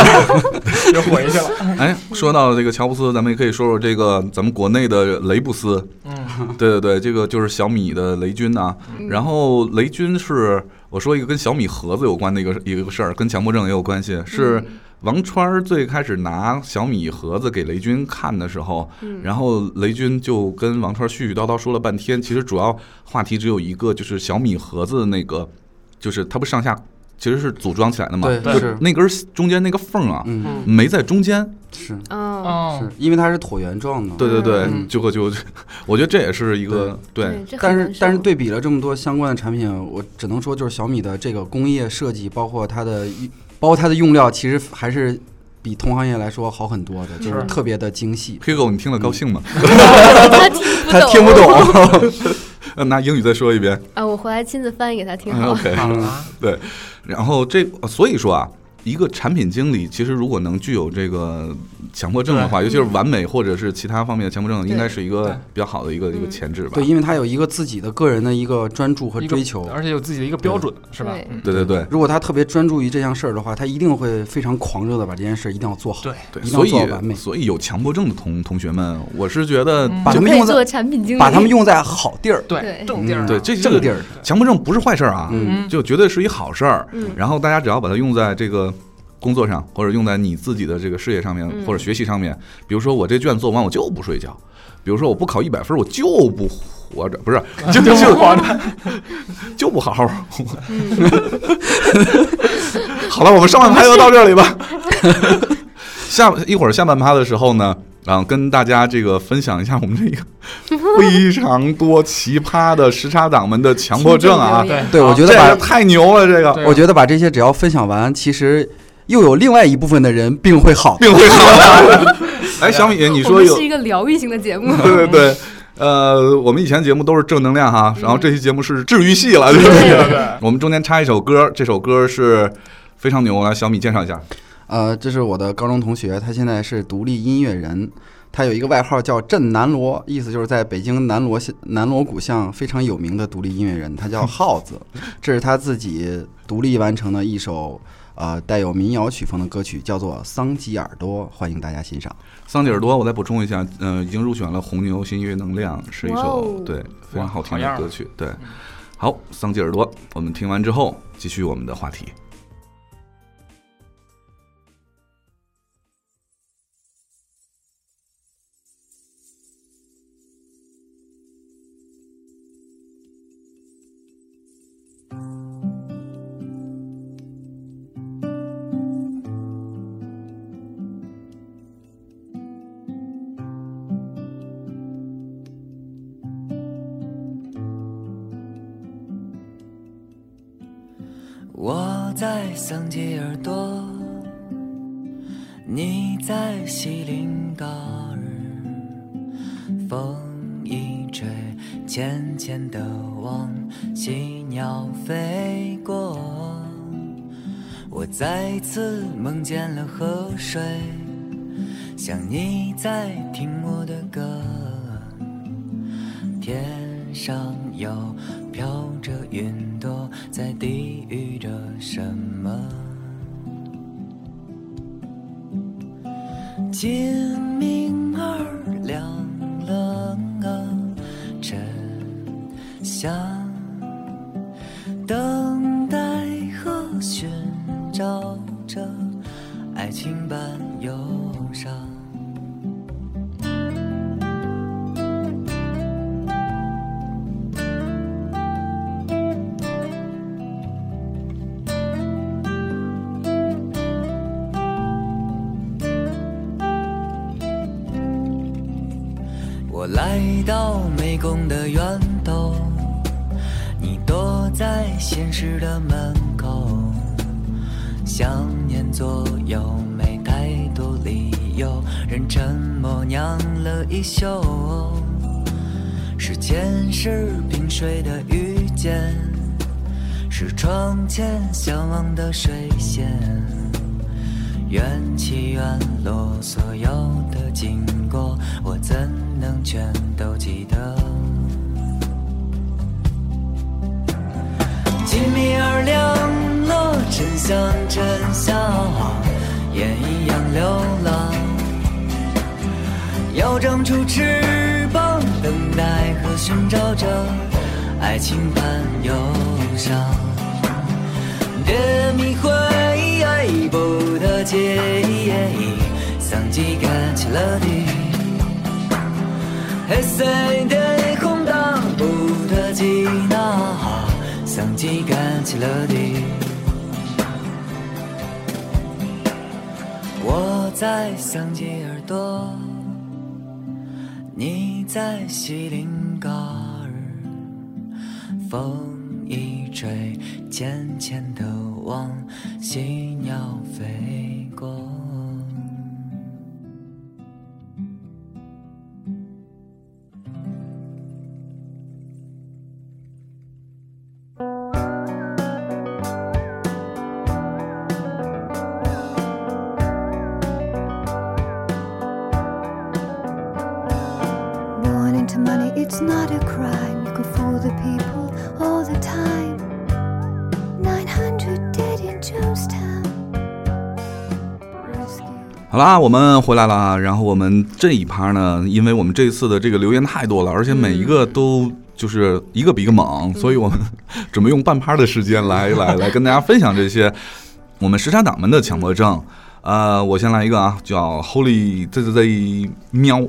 Speaker 4: 又回去了。
Speaker 2: 哎，说到这个乔布斯，咱们也可以说说这个咱们国内的雷布斯。
Speaker 4: 嗯，
Speaker 2: 对对对，这个就是小米的雷军啊。然后雷军是我说一个跟小米盒子有关的一个一个事儿，跟强迫症也有关系。是王川儿最开始拿小米盒子给雷军看的时候，然后雷军就跟王川儿絮絮叨叨说了半天，其实主要话题只有一个，就是小米盒子的那个，就是它不上下其实是组装起来的嘛，
Speaker 5: 对
Speaker 2: 就是那根儿中间那个缝儿啊。
Speaker 5: 嗯，
Speaker 4: 嗯
Speaker 2: 没在中间，
Speaker 5: 是
Speaker 3: 嗯，
Speaker 4: 哦
Speaker 5: 是，因为它是椭圆状的。
Speaker 2: 对对对，
Speaker 5: 嗯
Speaker 2: 就就， 我觉得这也是一个对，
Speaker 3: 嗯这
Speaker 5: 但
Speaker 3: 很
Speaker 5: 是
Speaker 3: 难
Speaker 5: 但是
Speaker 3: 受
Speaker 5: 对比了这么多相关的产品，我只能说就是小米的这个工业设计，包括它的包括它的用料，其实还是比同行业来说好很多的，就是
Speaker 4: 是
Speaker 5: 特别的精细。
Speaker 2: Hugo，你听了高兴吗？
Speaker 5: 嗯
Speaker 3: 他听不
Speaker 5: 他听不懂，
Speaker 2: 呃拿英语再说一遍。
Speaker 3: 啊，我回来亲自翻译给他听
Speaker 2: 嗯
Speaker 3: 好。
Speaker 2: OK，
Speaker 5: 嗯
Speaker 2: 对。然后这，呃所以说啊，一个产品经理其实如果能具有这个强迫症的话，尤其是完美或者是其他方面的强迫症，
Speaker 3: 对
Speaker 2: 应该是一个
Speaker 4: 对
Speaker 2: 比较好的一个一个前置吧
Speaker 5: 对，。因为他有一个自己的个人的一个专注和
Speaker 4: 一个
Speaker 5: 追求。
Speaker 4: 而且有自己的一个标准，是吧
Speaker 3: 对？
Speaker 4: 嗯
Speaker 2: 对对对
Speaker 5: 如果他特别专注于这项事儿的话，他一定会非常狂热的把这件事儿一定要做好，
Speaker 4: 对
Speaker 2: 对，
Speaker 5: 一定要
Speaker 2: 所
Speaker 5: 做到完
Speaker 2: 以
Speaker 5: 美，
Speaker 2: 所以有强迫症的同同学们，我是觉得
Speaker 4: 嗯
Speaker 5: 把他
Speaker 3: 就
Speaker 5: 们
Speaker 3: 可以
Speaker 5: 用在
Speaker 3: 做产品经理，
Speaker 5: 把他们用在好地儿。
Speaker 3: 对
Speaker 4: 对，正地儿
Speaker 5: 嗯
Speaker 4: 啊，
Speaker 2: 对这这
Speaker 5: 正
Speaker 2: 个
Speaker 5: 地儿，
Speaker 2: 强迫症不是坏事儿啊，
Speaker 5: 嗯
Speaker 4: 嗯
Speaker 2: 就绝对是一好事儿。
Speaker 3: 嗯
Speaker 2: 然后大家只要把它用在这个工作上，或者用在你自己的这个事业上面，
Speaker 3: 嗯
Speaker 2: 或者学习上面。比如说我这卷做完我就不睡觉，比如说我不考一百分我就不活着，不是 就就就活着，就不好好活。 好了，我们上半趴就到这里吧。下一会儿下半趴的时候呢，啊，跟大家这个分享一下我们这个非常多奇葩的时差党们的强迫症啊，
Speaker 3: 对
Speaker 4: 对
Speaker 5: 对我觉得
Speaker 2: 这
Speaker 5: 把
Speaker 2: 个太牛了，这个
Speaker 4: 对
Speaker 5: 我觉得把这些只要分享完，其实又有另外一部分的人病会好。
Speaker 2: 定会好的。 哎，小米，你
Speaker 3: 我
Speaker 2: 说
Speaker 3: 们
Speaker 2: 有
Speaker 3: 是一个疗愈型的节目，
Speaker 2: 对 对对，呃，我们以前节目都是正能量哈，然后这期节目是治愈系了，就
Speaker 4: 对
Speaker 2: 是
Speaker 4: 对对，
Speaker 2: 我们中间插一首歌，这首歌是非常牛，来小米介绍一下。
Speaker 5: 呃，这是我的高中同学，他现在是独立音乐人，他有一个外号叫“镇南锣”，意思就是在北京南锣巷南锣鼓巷非常有名的独立音乐人，他叫耗 子。这是他自己独立完成的一首呃带有民谣曲风的歌曲，叫做《桑吉耳朵》，欢迎大家欣赏。
Speaker 2: 桑吉尔多，我再补充一下，嗯、已经入选了红牛新音乐能量，是一
Speaker 3: 哇
Speaker 2: 首
Speaker 3: 哦
Speaker 2: 对非常好听
Speaker 4: 好样啊
Speaker 2: 的
Speaker 4: 儿
Speaker 2: 歌曲。对，好，桑吉尔多，我们听完之后继续我们的话题。
Speaker 6: 我在桑吉尔多，你在锡林达尔，风一吹，浅浅的望，喜鸟飞过。我再次梦见了河水，像你在听我的歌。天上有飘着云朵，在低语着什么？清明儿凉了啊，沉香，等待和寻找着爱情般忧伤。我来到湄公的源头，你躲在现实的门口，想念左右没太多理由，人沉默酿了一宿。是前世萍水的遇见，是窗前相望的水仙。缘起缘落，所有的经过，我怎能全都记得？清明儿凉了，沉香沉香，烟一样流浪，要长出翅膀，等待和寻找着爱情般忧伤。别迷惑不得解，桑吉干起了地，黑色的空荡不得吉那，桑吉干起了地。我在桑吉耳朵，你在西林嘎尔，风一吹，浅浅的望，喜鸟飞过。
Speaker 7: Born into money, it's not a crime. You can fool the people all the time. 900 dead in Jonestown. Rescue.
Speaker 2: 好啦，我们回来了啊。然后我们这一趴呢，因为我们这次的这个留言太多了，而且每一个都就是一个比一个猛，所以我们准备用半趴的时间来来来跟大家分享这些我们时差党们的强迫症。呃，我先来一个啊，叫 Holy Z Z Z 喵，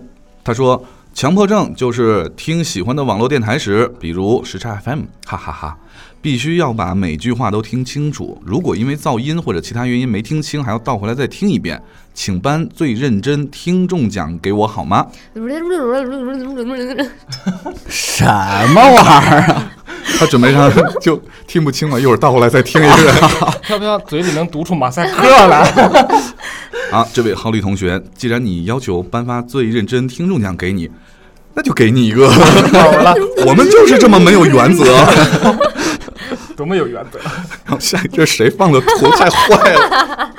Speaker 2: 他说强迫症就是听喜欢的网络电台时，比如时差 FM，哈哈哈必须要把每句话都听清楚。如果因为噪音或者其他原因没听清，还要倒回来再听一遍。请颁最认真听众奖给我好吗？
Speaker 5: 什么玩意儿啊？
Speaker 2: 他准备上就听不清了，一会儿倒回来再听一遍。
Speaker 4: 飘飘嘴里能读出马赛克来，
Speaker 2: 啊，这位郝丽同学，既然你要求颁发最认真听众奖给你，那就给你一个。好了， 我们就是这么没有原则。
Speaker 4: 多么有原则！
Speaker 2: 然后下一这谁放的图太坏了？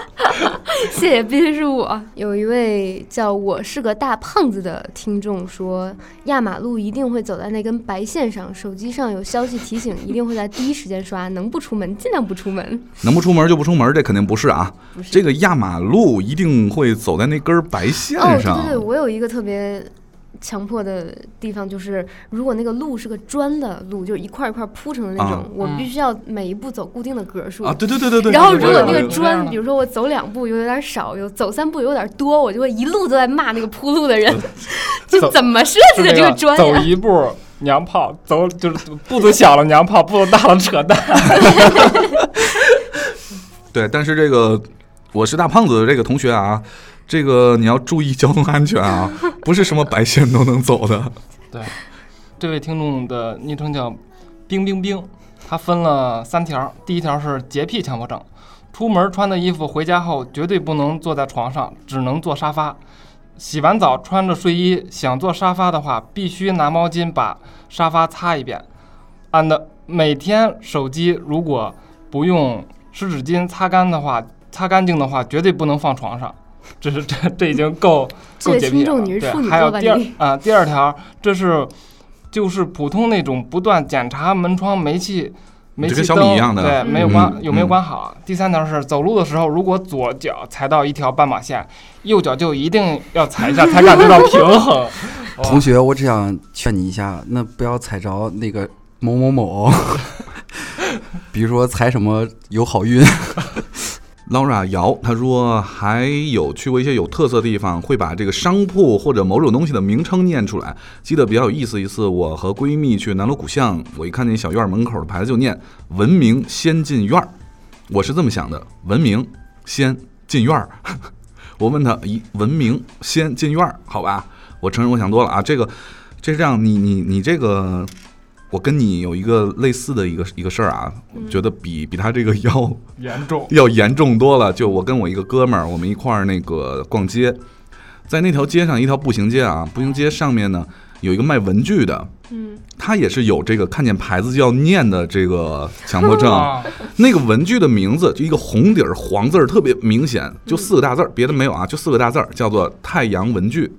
Speaker 3: 谢谢，必须是我。有一位叫我是个大胖子的听众说，压马路一定会走在那根白线上，手机上有消息提醒，一定会在第一时间刷，能不出门尽量不出门。
Speaker 2: 能不出门就不出门，这肯定不是啊。
Speaker 3: 不是
Speaker 2: 这个压马路一定会走在那根白线
Speaker 3: 哦，对
Speaker 2: 上。
Speaker 3: 对对，我有一个特别强迫的地方，就是如果那个路是个砖的路，就是一块一块铺成的那种，
Speaker 2: 啊
Speaker 3: 我
Speaker 4: 嗯
Speaker 3: 必须要每一步走固定的格数。
Speaker 2: 啊，对对对对对。
Speaker 3: 然后，
Speaker 4: 对
Speaker 3: 如果
Speaker 4: 对
Speaker 3: 那
Speaker 4: 对
Speaker 3: 个
Speaker 4: 对
Speaker 3: 砖，
Speaker 4: 对
Speaker 3: 比如说我走两步有点少，有走三步有点多，我就会一路都在骂那个铺路的人，就
Speaker 4: 走
Speaker 3: 怎么 设计的这个砖
Speaker 4: 走
Speaker 3: 呀？
Speaker 4: 一步娘炮，走就是步子小了娘炮，步子大了扯淡。
Speaker 2: 对，但是这个我是大胖子的这个同学啊，这个你要注意交通安全啊，不是什么白线都能走的。
Speaker 4: 这位听众的昵称叫冰冰冰，他分了三条，第一条是洁癖强迫症，出门穿的衣服回家后绝对不能坐在床上，只能坐沙发。洗完澡穿着睡衣想坐沙发的话，必须拿毛巾把沙发擦一遍。and 每天手机如果不用湿纸巾擦干的话，擦干净的话，绝对不能放床上。这是这这已经够
Speaker 3: 这
Speaker 4: 够
Speaker 3: 个
Speaker 4: 洁癖
Speaker 3: 听
Speaker 4: 了。
Speaker 3: 众你是处
Speaker 4: 对，
Speaker 3: 女
Speaker 4: 还
Speaker 3: 座
Speaker 4: 有
Speaker 3: 吧
Speaker 4: 第二
Speaker 3: 你？
Speaker 4: 啊、第二条，这是就是普通那种不断检查门窗煤气。煤
Speaker 2: 这
Speaker 4: 气
Speaker 2: 跟
Speaker 4: 灯
Speaker 2: 小米一样的
Speaker 4: 对，
Speaker 2: 嗯
Speaker 4: 没有关、
Speaker 2: 嗯
Speaker 4: 有没有关好。第三条是走路的时候，如果左脚踩到一条斑马线，右脚就一定要踩一下，才感觉到平衡。
Speaker 5: 同学，我只想劝你一下，那不要踩着那个某某某， 比如说踩什么有好运。
Speaker 2: Laura 姚，他说还有去过一些有特色的地方，会把这个商铺或者某种东西的名称念出来。记得比较有意思一次，我和闺蜜去南锣鼓巷，我一看那小院儿门口的牌子就念“文明先进院儿”，我是这么想的：文明先进院儿。 我问他：“咦，文明先进院儿，好吧？”我承认我想多了啊，这个这是这样，你你你这个。我跟你有一个类似的一个一个事儿啊，觉得比比他这个 要
Speaker 4: 严 重。
Speaker 2: 要严重多了。就我跟我一个哥们儿，我们一块儿那个逛街，在那条街上一条步行街啊，步行街上面呢有一个卖文具的，
Speaker 3: 嗯，
Speaker 2: 他也是有这个看见牌子就要念的这个强迫症。
Speaker 4: 啊，
Speaker 2: 那个文具的名字就一个红底儿黄字儿特别明显，就四个大字儿，别的没有啊，就四个大字儿，叫做太阳文具。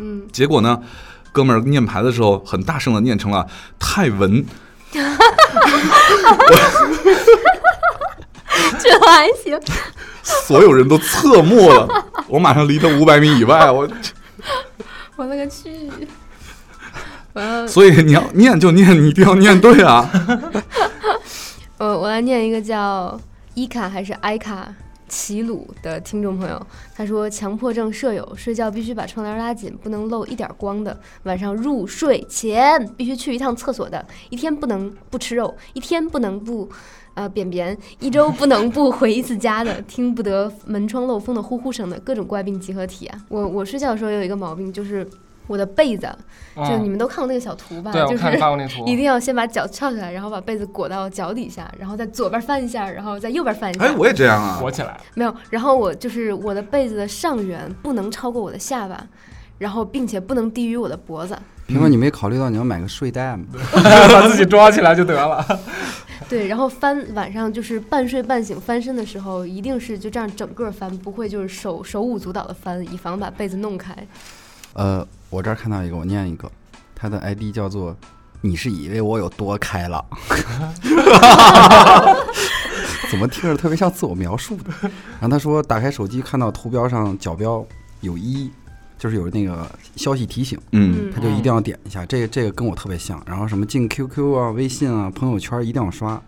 Speaker 3: 嗯，
Speaker 2: 结果呢，哥们儿念牌的时候很大声的念成了太文。
Speaker 3: 这还行。
Speaker 2: 所有人都侧目了，我马上离他五百米以外，我
Speaker 3: 我勒个去！我要
Speaker 2: 所以你要念就念，你一定要念对啊！
Speaker 3: 呃我我来念一个叫伊卡还是埃卡齐鲁的听众朋友，他说强迫症舍友睡觉必须把窗帘拉紧，不能漏一点光的。晚上入睡前 必须去一趟厕所的，一天不能不吃肉，一天不能不。呃，便便一周不能不回一次家的，听不得门窗漏风的呼呼声的各种怪病集合体啊！我我睡觉的时候有一个毛病，就是我的被子，啊就你
Speaker 4: 嗯
Speaker 3: 们都看过那个小图吧？
Speaker 4: 对，我
Speaker 3: 就
Speaker 4: 看
Speaker 3: 是
Speaker 4: 你发过那图。
Speaker 3: 一定要先把脚翘起来，然后把被子裹到脚底下，然后在左边翻一下，然后在右边翻一下。
Speaker 2: 哎，我也这样啊，
Speaker 4: 火起来，
Speaker 3: 没有，然后我就是我的被子的上缘不能超过我的下巴，然后并且不能低于我的脖子。
Speaker 5: 平凡，你没考虑到你要买个睡袋吗？
Speaker 4: 把自己抓起来就得了。
Speaker 3: 对，然后翻晚上就是半睡半醒翻身的时候，一定是就这样整个翻，不会就是手手舞足蹈的翻，以防把被子弄开。
Speaker 5: 呃，我这儿看到一个，我念一个，他的 ID 叫做“你是以为我有多开朗”， 怎么听着特别像自我描述的？然后他说，打开手机看到图标上角标有一，就是有那个消息提醒，
Speaker 2: 嗯，
Speaker 3: 嗯
Speaker 5: 他，就一定要点一下。这个这个跟我特别像。然后什么进 QQ 啊、微信啊、朋友圈一定要刷。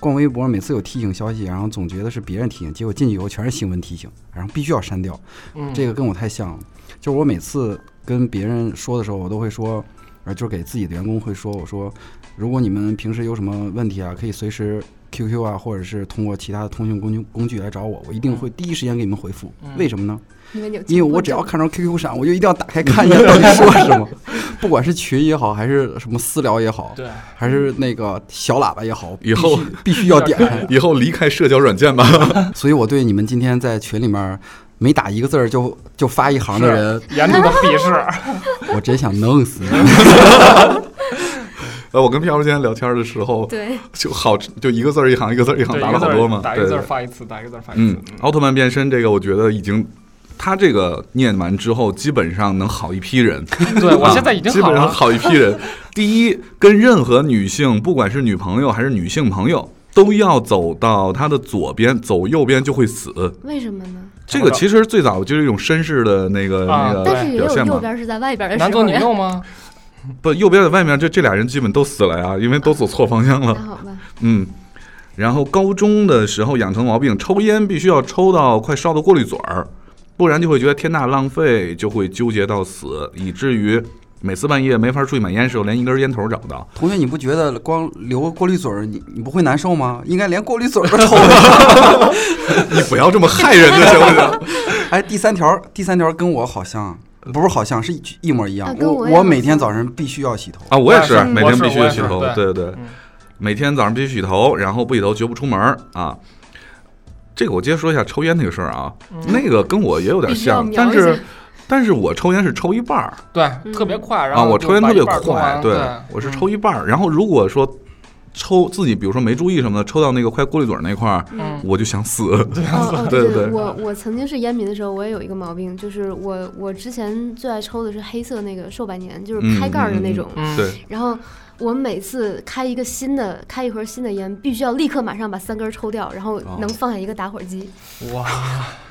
Speaker 5: 逛微博每次有提醒消息，然后总觉得是别人提醒，结果进去以后全是新闻提醒，然后必须要删掉。
Speaker 4: 嗯，
Speaker 5: 这个跟我太像了。就是我每次跟别人说的时候，我都会说，呃，就是给自己的员工会说，我说，如果你们平时有什么问题啊，可以随时 QQ 啊，或者是通过其他的通讯工具工具来找我，我一定会第一时间给你们回复。
Speaker 4: 嗯
Speaker 5: 为什么呢？
Speaker 3: 因为你有
Speaker 5: 因为我只要看着 QQ 上，我就一定要打开 看一下到底说什么，不管是群也好，还是什么私聊也好，
Speaker 4: 对，
Speaker 5: 还是那个小喇叭也好，
Speaker 2: 以后
Speaker 5: 必须必须 要点开。
Speaker 2: 以后离开社交软件吧。
Speaker 5: 所以我对你们今天在群里面每打一个字儿就就发一行 的人，
Speaker 4: 严重的鄙视。
Speaker 5: 我真想弄死你。
Speaker 2: 呃，我跟飘飘今天聊天的时候，
Speaker 3: 对，
Speaker 2: 就好就一个字儿一行，一个字儿一行，
Speaker 4: 对，
Speaker 2: 打
Speaker 4: 一
Speaker 2: 了
Speaker 4: 个字
Speaker 2: 好多嘛
Speaker 4: 儿，打一个字儿
Speaker 2: 对对对
Speaker 4: 发一次，打一个字儿发一
Speaker 2: 嗯
Speaker 4: 次。，
Speaker 2: 奥特曼变身这个，我觉得已经。他这个念完之后，基本上能好一批 人。
Speaker 4: 嗯对我
Speaker 2: 啊
Speaker 4: 现在已经
Speaker 2: 基
Speaker 4: 好
Speaker 2: 本上
Speaker 4: 了。
Speaker 2: 好一批人。 第一，跟任何女性，不管是女朋友还是女性朋友，都要走到她的左边，走右边就会死。
Speaker 3: 为什么呢？
Speaker 2: 这个其实最早就是一种绅士的那个、
Speaker 4: 啊
Speaker 2: 那个
Speaker 3: 但是也
Speaker 2: 表
Speaker 3: 有
Speaker 2: 现
Speaker 3: 右
Speaker 2: 嘛。
Speaker 3: 边是在外边的时
Speaker 4: 男左
Speaker 3: 候
Speaker 4: 女
Speaker 3: 呀。
Speaker 4: 右吗？
Speaker 2: 不，右边的外面这这俩人基本都死了呀，因为都走错方向
Speaker 3: 那
Speaker 2: 了。
Speaker 3: 好吧，
Speaker 2: 嗯，然后高中的时候养成毛病，抽烟必须要抽到快烧到过滤嘴儿，不然就会觉得天大浪费，就会纠结到死，以至于每次半夜没法出去买烟的时候，连一根烟头儿找不到。
Speaker 5: 同学，你不觉得光留个过滤嘴儿，你你不会难受吗？应该连过滤嘴儿都抽了。
Speaker 2: 你不要这么害人的行不行？
Speaker 5: 哎，第三条，第三条跟我好像，不是好像，是一一模一样。
Speaker 3: 啊跟
Speaker 5: 我
Speaker 3: 我也好
Speaker 5: 每天
Speaker 3: 像
Speaker 5: 早上必须要洗头。
Speaker 2: 啊，我也是，
Speaker 4: 嗯
Speaker 2: 每
Speaker 4: 我
Speaker 2: 天
Speaker 4: 是
Speaker 2: 必须
Speaker 4: 我也
Speaker 2: 洗
Speaker 4: 是
Speaker 2: 头，对
Speaker 4: 对
Speaker 2: 对
Speaker 4: 嗯
Speaker 2: 每天早上必须洗头，然后不洗头绝不出门儿啊。
Speaker 4: 嗯
Speaker 2: 这个我接着说一下抽烟那个事儿啊，那个跟我也有点
Speaker 3: 必须要
Speaker 2: 像，
Speaker 3: 瞄
Speaker 2: 但
Speaker 3: 一
Speaker 2: 是
Speaker 3: 下
Speaker 2: 但是我抽烟是抽一半儿
Speaker 4: 对，
Speaker 3: 嗯
Speaker 4: 特别快，然
Speaker 2: 啊，
Speaker 4: 后
Speaker 2: 我
Speaker 4: 就
Speaker 2: 抽烟
Speaker 4: 把
Speaker 2: 特别
Speaker 4: 一半儿抽
Speaker 2: 快
Speaker 4: 完，
Speaker 2: 对
Speaker 4: 对，嗯
Speaker 2: 我是抽一半儿。然后如果说抽自己，比如说没注意什么的，抽到那个快过滤嘴儿那块儿，
Speaker 4: 嗯
Speaker 2: 我就想死。
Speaker 3: 哦哦，
Speaker 2: 对
Speaker 3: 对
Speaker 2: 对对
Speaker 3: 我我曾经是烟民的时候，我也有一个毛病，就是我我之前最爱抽的是黑色那个寿百年，就是开盖儿的那种。
Speaker 4: 嗯，
Speaker 2: 对，
Speaker 3: 然后我每次开一个新的，开一盒新的烟，必须要立刻马上把三根儿抽掉，然后
Speaker 4: 哦
Speaker 3: 能放下一个打火机。
Speaker 4: 哇，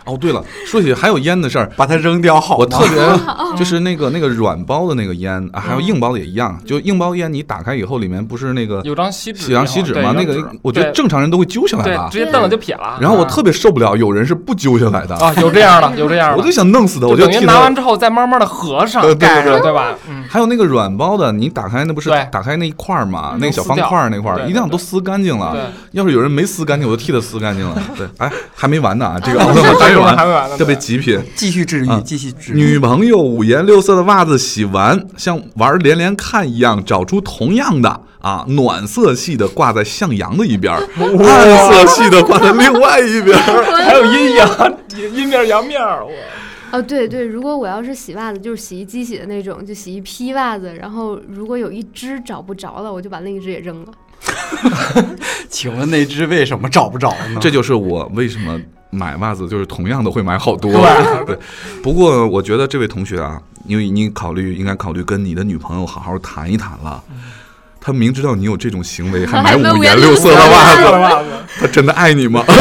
Speaker 2: 哦，对了，说起还有烟的事儿，
Speaker 5: 把它扔掉好
Speaker 2: 我
Speaker 5: 吗？
Speaker 2: 特
Speaker 4: 哦
Speaker 2: 别就是那个那个软包的那个烟，啊还有硬包的也一样，就硬包烟你打开以后里面不是那个
Speaker 4: 有张锡纸
Speaker 2: 洗
Speaker 4: 也好，
Speaker 2: 阳锡纸
Speaker 4: 对
Speaker 2: 吗？那
Speaker 4: 有
Speaker 2: 个
Speaker 4: 张纸
Speaker 2: 我觉得
Speaker 4: 对
Speaker 2: 正常人都会揪下来吧
Speaker 4: 对，直。接瞪了就撇了。
Speaker 2: 然后我特别受不了，有人是不揪下来的，
Speaker 4: 嗯啊，有这样的，有这样 的，
Speaker 2: 我就想弄死他，我
Speaker 4: 就等
Speaker 2: 替
Speaker 4: 于
Speaker 2: 他
Speaker 4: 拿完之后再慢慢的合上
Speaker 2: 对对对
Speaker 4: 盖上，对吧？嗯，
Speaker 2: 还有那个软包的，你打开那不是
Speaker 4: 对
Speaker 2: 打开那一块儿嘛，
Speaker 4: 嗯
Speaker 2: 那个小方块儿那块
Speaker 4: 撕
Speaker 2: 儿，
Speaker 4: 掉
Speaker 2: 一定要都撕干净
Speaker 4: 对
Speaker 2: 了。要是有人没撕干净，我就替他撕干净了。对，哎，还没完呢啊，这个还没
Speaker 4: 还
Speaker 2: 完，
Speaker 4: 没完呢，
Speaker 2: 特别极品。
Speaker 5: 继续治
Speaker 2: 啊
Speaker 5: 愈，继续治愈。
Speaker 2: 女朋友五颜六色的袜子洗完，像玩连连看一样，找出同样的啊暖色系的挂在向阳的一边儿，暗色系的挂在另外一边儿。
Speaker 4: 还有阴阳阴面阳面，我
Speaker 3: 哦，对对，如果我要是洗袜子，就是洗衣机洗的那种，就洗一批袜子，然后如果有一只找不着了，我就把另一只也扔了。
Speaker 5: 请问那只为什么找不着呢？
Speaker 2: 这就是我为什么买袜子就是同样的会买好多。对，不过我觉得这位同学啊，因为你考虑应该考虑跟你的女朋友好好谈一谈了。她明知道你有这种行为，还买
Speaker 3: 还买
Speaker 2: 五
Speaker 3: 五
Speaker 2: 颜
Speaker 3: 颜
Speaker 2: 六
Speaker 3: 六
Speaker 2: 色的
Speaker 3: 色的
Speaker 2: 袜子，
Speaker 4: 袜子，
Speaker 2: 她真的爱你吗？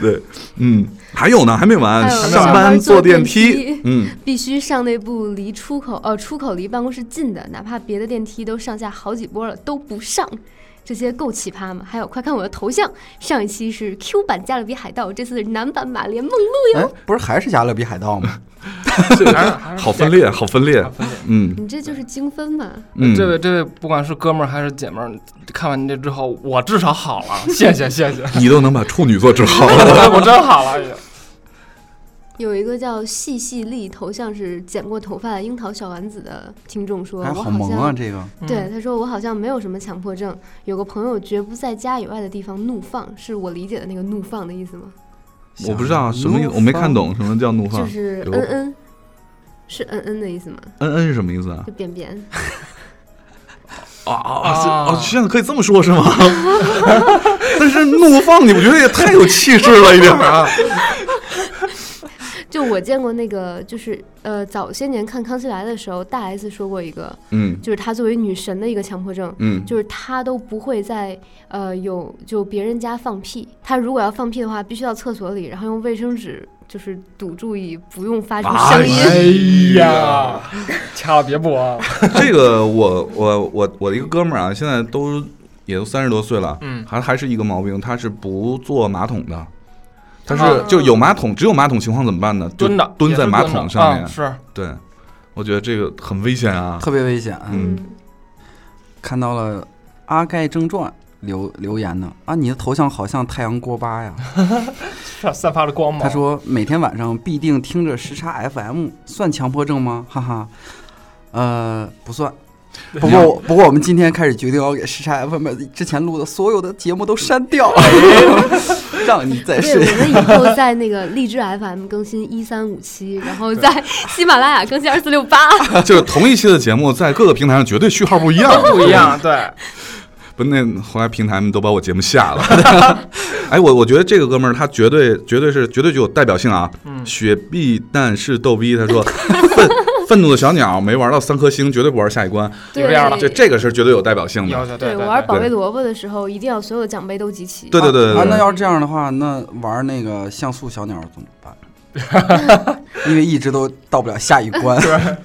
Speaker 2: 对，嗯，还有呢，还没完，
Speaker 3: 还有
Speaker 2: 上
Speaker 3: 上班
Speaker 2: 坐
Speaker 3: 坐
Speaker 2: 电
Speaker 3: 电
Speaker 2: 梯
Speaker 3: 梯，
Speaker 2: 嗯，
Speaker 3: 必须上那部离出口呃出口离办公室近的，哪怕别的电梯都上下好几波了，都不上。这些够奇葩吗？还有，快看我的头像！上一期是 Q 版《加勒比海盗》，这次是男版《马连梦露》哟。
Speaker 5: 哎，不是还是加勒比海盗吗？
Speaker 2: 好分裂，好分裂，嗯
Speaker 3: 你这就是精分嘛？
Speaker 2: 嗯，
Speaker 4: 这位这位，不管是哥们儿还是姐们儿，看完你这之后，我至少好了，谢谢 谢谢，
Speaker 2: 你都能把处女座治好 了。
Speaker 4: 我真好了已经。
Speaker 3: 有一个叫细细粒，头像是剪过头发的樱桃小丸子的听众说，
Speaker 5: 还
Speaker 3: 我
Speaker 5: 好
Speaker 3: 好
Speaker 5: 萌
Speaker 3: 像、
Speaker 5: 啊，这个
Speaker 3: 对他说我好像没有什么强迫症，有个朋友绝不在家以外的地方怒放，是我理解的那个怒放的意思吗？
Speaker 2: 我不知道什么意思，我没看懂什么叫怒放
Speaker 3: 就。是
Speaker 2: 有
Speaker 3: 嗯嗯，是嗯嗯的意思吗？
Speaker 2: 恩恩是什么意思啊？
Speaker 3: 就扁扁，
Speaker 2: 啊啊
Speaker 4: 啊
Speaker 2: 是啊！现在可以这么说，是吗？ 但是怒放，你不觉得也太有气势了一点儿 啊？
Speaker 3: 就我见过那个，就是呃，早些年看《康熙来了》的时候，大 S 说过一个，
Speaker 2: 嗯
Speaker 3: 就是她作为女神的一个强迫症，
Speaker 2: 嗯，
Speaker 3: 就是她都不会在呃有就别人家放屁，她如果要放屁的话，必须到厕所里，然后用卫生纸就是堵住，以不用发出声音。
Speaker 2: 哎
Speaker 4: 呀，掐了别播啊，
Speaker 2: 这个我我我我的一个哥们儿啊，现在都也都三十多岁了，
Speaker 4: 嗯
Speaker 2: 还还是一个毛病，他是不坐马桶的。他是
Speaker 4: 啊
Speaker 2: 就有马桶，只有马桶情况怎么办呢？就
Speaker 4: 蹲着
Speaker 2: 蹲
Speaker 4: 也
Speaker 2: 在
Speaker 4: 是
Speaker 2: 马
Speaker 4: 蹲着
Speaker 2: 桶上面
Speaker 4: 啊。是
Speaker 2: 对，我觉得这个很危险啊。
Speaker 5: 特别危险。
Speaker 2: 嗯
Speaker 5: 看到了《阿盖正传》留留言呢啊，你的头像好像太阳锅巴呀。
Speaker 4: 散散发着光芒。
Speaker 5: 他说每天晚上必定听着时差 FM，算强迫症吗？哈哈，呃，不算。不过我，不过我们今天开始决定要给时差 FM 之前录的所有的节目都删掉， 让你再
Speaker 3: 对，
Speaker 5: 睡。
Speaker 3: 我们以后在那个荔枝 FM 更新一三五七，然后在喜马拉雅更新二四六八。
Speaker 2: 就是同一期的节目，在各个平台上绝对序号不一样，
Speaker 4: 不一样，啊对，
Speaker 2: 不，那后来平台们都把我节目下了。 哎，我我觉得这个哥们儿他绝对绝对是绝对具有代表性啊！
Speaker 5: 嗯
Speaker 2: 雪碧但是逗逼，他 说愤愤怒的小鸟没玩到三颗星，绝对不玩下一关。
Speaker 4: 有这
Speaker 5: 嗯
Speaker 4: 样的
Speaker 2: 这这个是绝对有代表性
Speaker 4: 要
Speaker 2: 的。
Speaker 4: 求
Speaker 3: 对我玩宝贝萝卜的时候，一定要所有的奖杯都集齐。
Speaker 2: 对对对
Speaker 5: 啊
Speaker 2: 对，
Speaker 5: 那
Speaker 2: 对，
Speaker 5: 要是这样的话，那玩那个像素小鸟怎么办？ 因为一直都到不了下一关，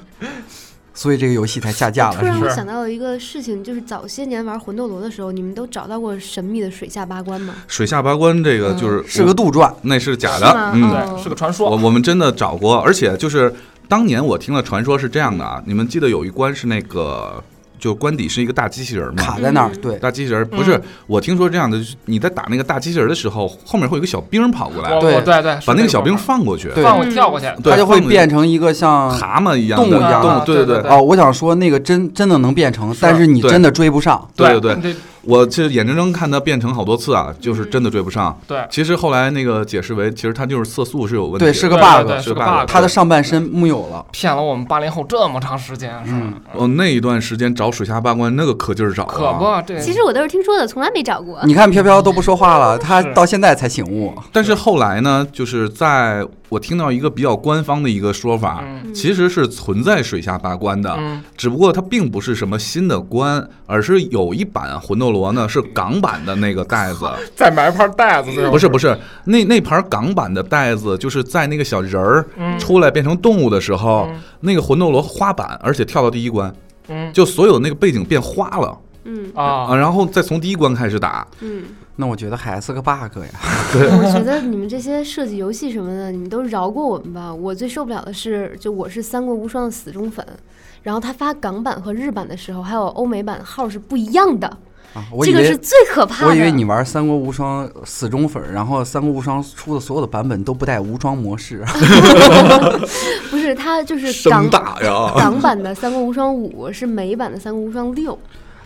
Speaker 5: 所以这个游戏才下架了。
Speaker 3: 突
Speaker 5: 是吧
Speaker 3: 然我
Speaker 4: 是
Speaker 3: 想到了一个事情，就是早些年玩魂斗罗的时候，你们都找到过神秘的水下八关吗？
Speaker 2: 水下八关这个就是
Speaker 5: 嗯是个杜撰，
Speaker 2: 那是假
Speaker 3: 是
Speaker 2: 的
Speaker 3: 吗，
Speaker 2: 嗯，
Speaker 3: 哦
Speaker 4: 对，是个传
Speaker 2: 我
Speaker 4: 说，
Speaker 2: 我们真的找过，而且就是当年我听的传说是这样的啊，你们记得有一关是那个就关底是一个大机器人吗？
Speaker 5: 卡在那儿。对，
Speaker 2: 大机器人儿不是，我听说这样的，就是你在打那个大机器人儿的时候，后面会有一个小兵跑过来，
Speaker 4: 我
Speaker 5: 对
Speaker 4: 我对对，是
Speaker 2: 把那
Speaker 4: 这
Speaker 2: 个小兵
Speaker 4: 说法
Speaker 2: 放过去，
Speaker 5: 对
Speaker 4: 放我跳过去，
Speaker 2: 对
Speaker 5: 它就会
Speaker 2: 放过去
Speaker 5: 变成一个像
Speaker 2: 蛤蟆一样的
Speaker 5: 动物一样的
Speaker 2: 动物，对
Speaker 4: 对
Speaker 2: 对
Speaker 4: 对
Speaker 5: 哦，我想说那个真真的能变成，但是你真的追不上。
Speaker 2: 啊对对
Speaker 4: 对
Speaker 2: 对，
Speaker 4: 对，
Speaker 2: 我这眼睁睁看它变成好多次啊，就是真的追不上。
Speaker 4: 对
Speaker 2: 其实后来那个解释为，其实它就是色素是有问题的，
Speaker 5: 对，是个
Speaker 4: 对
Speaker 5: bug，
Speaker 4: 对
Speaker 2: 是
Speaker 4: 是
Speaker 2: 个
Speaker 4: 个
Speaker 2: bug
Speaker 4: bug，
Speaker 5: 他的上半身木有了，
Speaker 4: 骗了我们八零后这么长时间，是吧？
Speaker 2: 哦，那一段时间找水下八关那个可劲儿找
Speaker 4: 可
Speaker 2: 啊，
Speaker 4: 不，这
Speaker 3: 其实我都是听说的，从来没找过。
Speaker 5: 你看飘飘都不说话了，他
Speaker 4: 是
Speaker 5: 到现在才醒悟。
Speaker 2: 但是后来呢，就是在我听到一个比较官方的一个说法，
Speaker 4: 嗯
Speaker 2: 其实是存在水下八关的，
Speaker 4: 嗯
Speaker 2: 只不过它并不是什么新的关，而是有一版魂斗罗呢是港版的那个袋 子，
Speaker 4: 再买一盘袋子，最好
Speaker 2: 不是不是，那那盘港版的袋子就是在那个小人儿
Speaker 4: 嗯
Speaker 2: 出来变成动物的时候，
Speaker 4: 嗯
Speaker 2: 那个魂斗罗花板，而且跳到第一关，
Speaker 4: 嗯
Speaker 2: 就所有那个背景变花了
Speaker 3: 嗯
Speaker 4: 啊
Speaker 2: 啊，，然后再从第一关开始打，
Speaker 3: 嗯，
Speaker 5: 那我觉得还是个 bug 呀，
Speaker 3: 我觉得你们这些设计游戏什么的，你们都饶过我们吧。我最受不了的是，就我是三国无双的死忠粉，然后他发港版和日版的时候，还有欧美版号是不一样的，
Speaker 5: 啊，我
Speaker 3: 这
Speaker 5: 以
Speaker 3: 个是
Speaker 5: 为
Speaker 3: 最可怕的。
Speaker 5: 我以为你玩三国无双死忠粉儿，然后三国无双出的所有的版本都不带无双模
Speaker 3: 啊
Speaker 5: 式，
Speaker 3: 不是他就是港
Speaker 2: 声大呀，
Speaker 3: 港版的《三国无双五》是美版的《三国无双六》，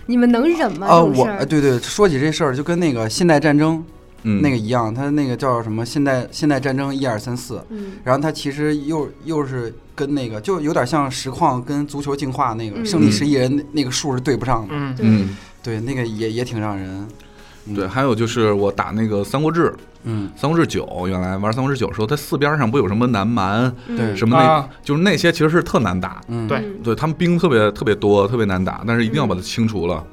Speaker 3: 你们能忍 吗？
Speaker 5: 啊，
Speaker 3: 这种
Speaker 5: 我
Speaker 3: 事儿
Speaker 5: 呃对对，说起这事儿就跟那个现代战争
Speaker 2: 嗯，
Speaker 5: 那个一样，它那个叫什么现代现代战争一二三四，
Speaker 3: 嗯
Speaker 5: 然后它其实又又是跟那个就有点像实况跟足球进化那个
Speaker 3: 嗯
Speaker 5: 胜利十一人那那个数是对不上的，
Speaker 4: 嗯
Speaker 3: 对
Speaker 2: 嗯，
Speaker 5: 对，那个也也挺让人，嗯
Speaker 2: 对，，还有就是我打那个《三国志》，
Speaker 5: 嗯，
Speaker 2: 《三国志九》，原来玩《三国志九》的时候，它四边上不有什么南蛮
Speaker 5: 对
Speaker 2: 什么那，
Speaker 4: 啊
Speaker 2: 就是那些其实是特难打，
Speaker 5: 嗯，
Speaker 4: 对
Speaker 3: 嗯
Speaker 2: 对他们兵特别特别多，特别难打，但是一定要把它清除了。
Speaker 5: 啊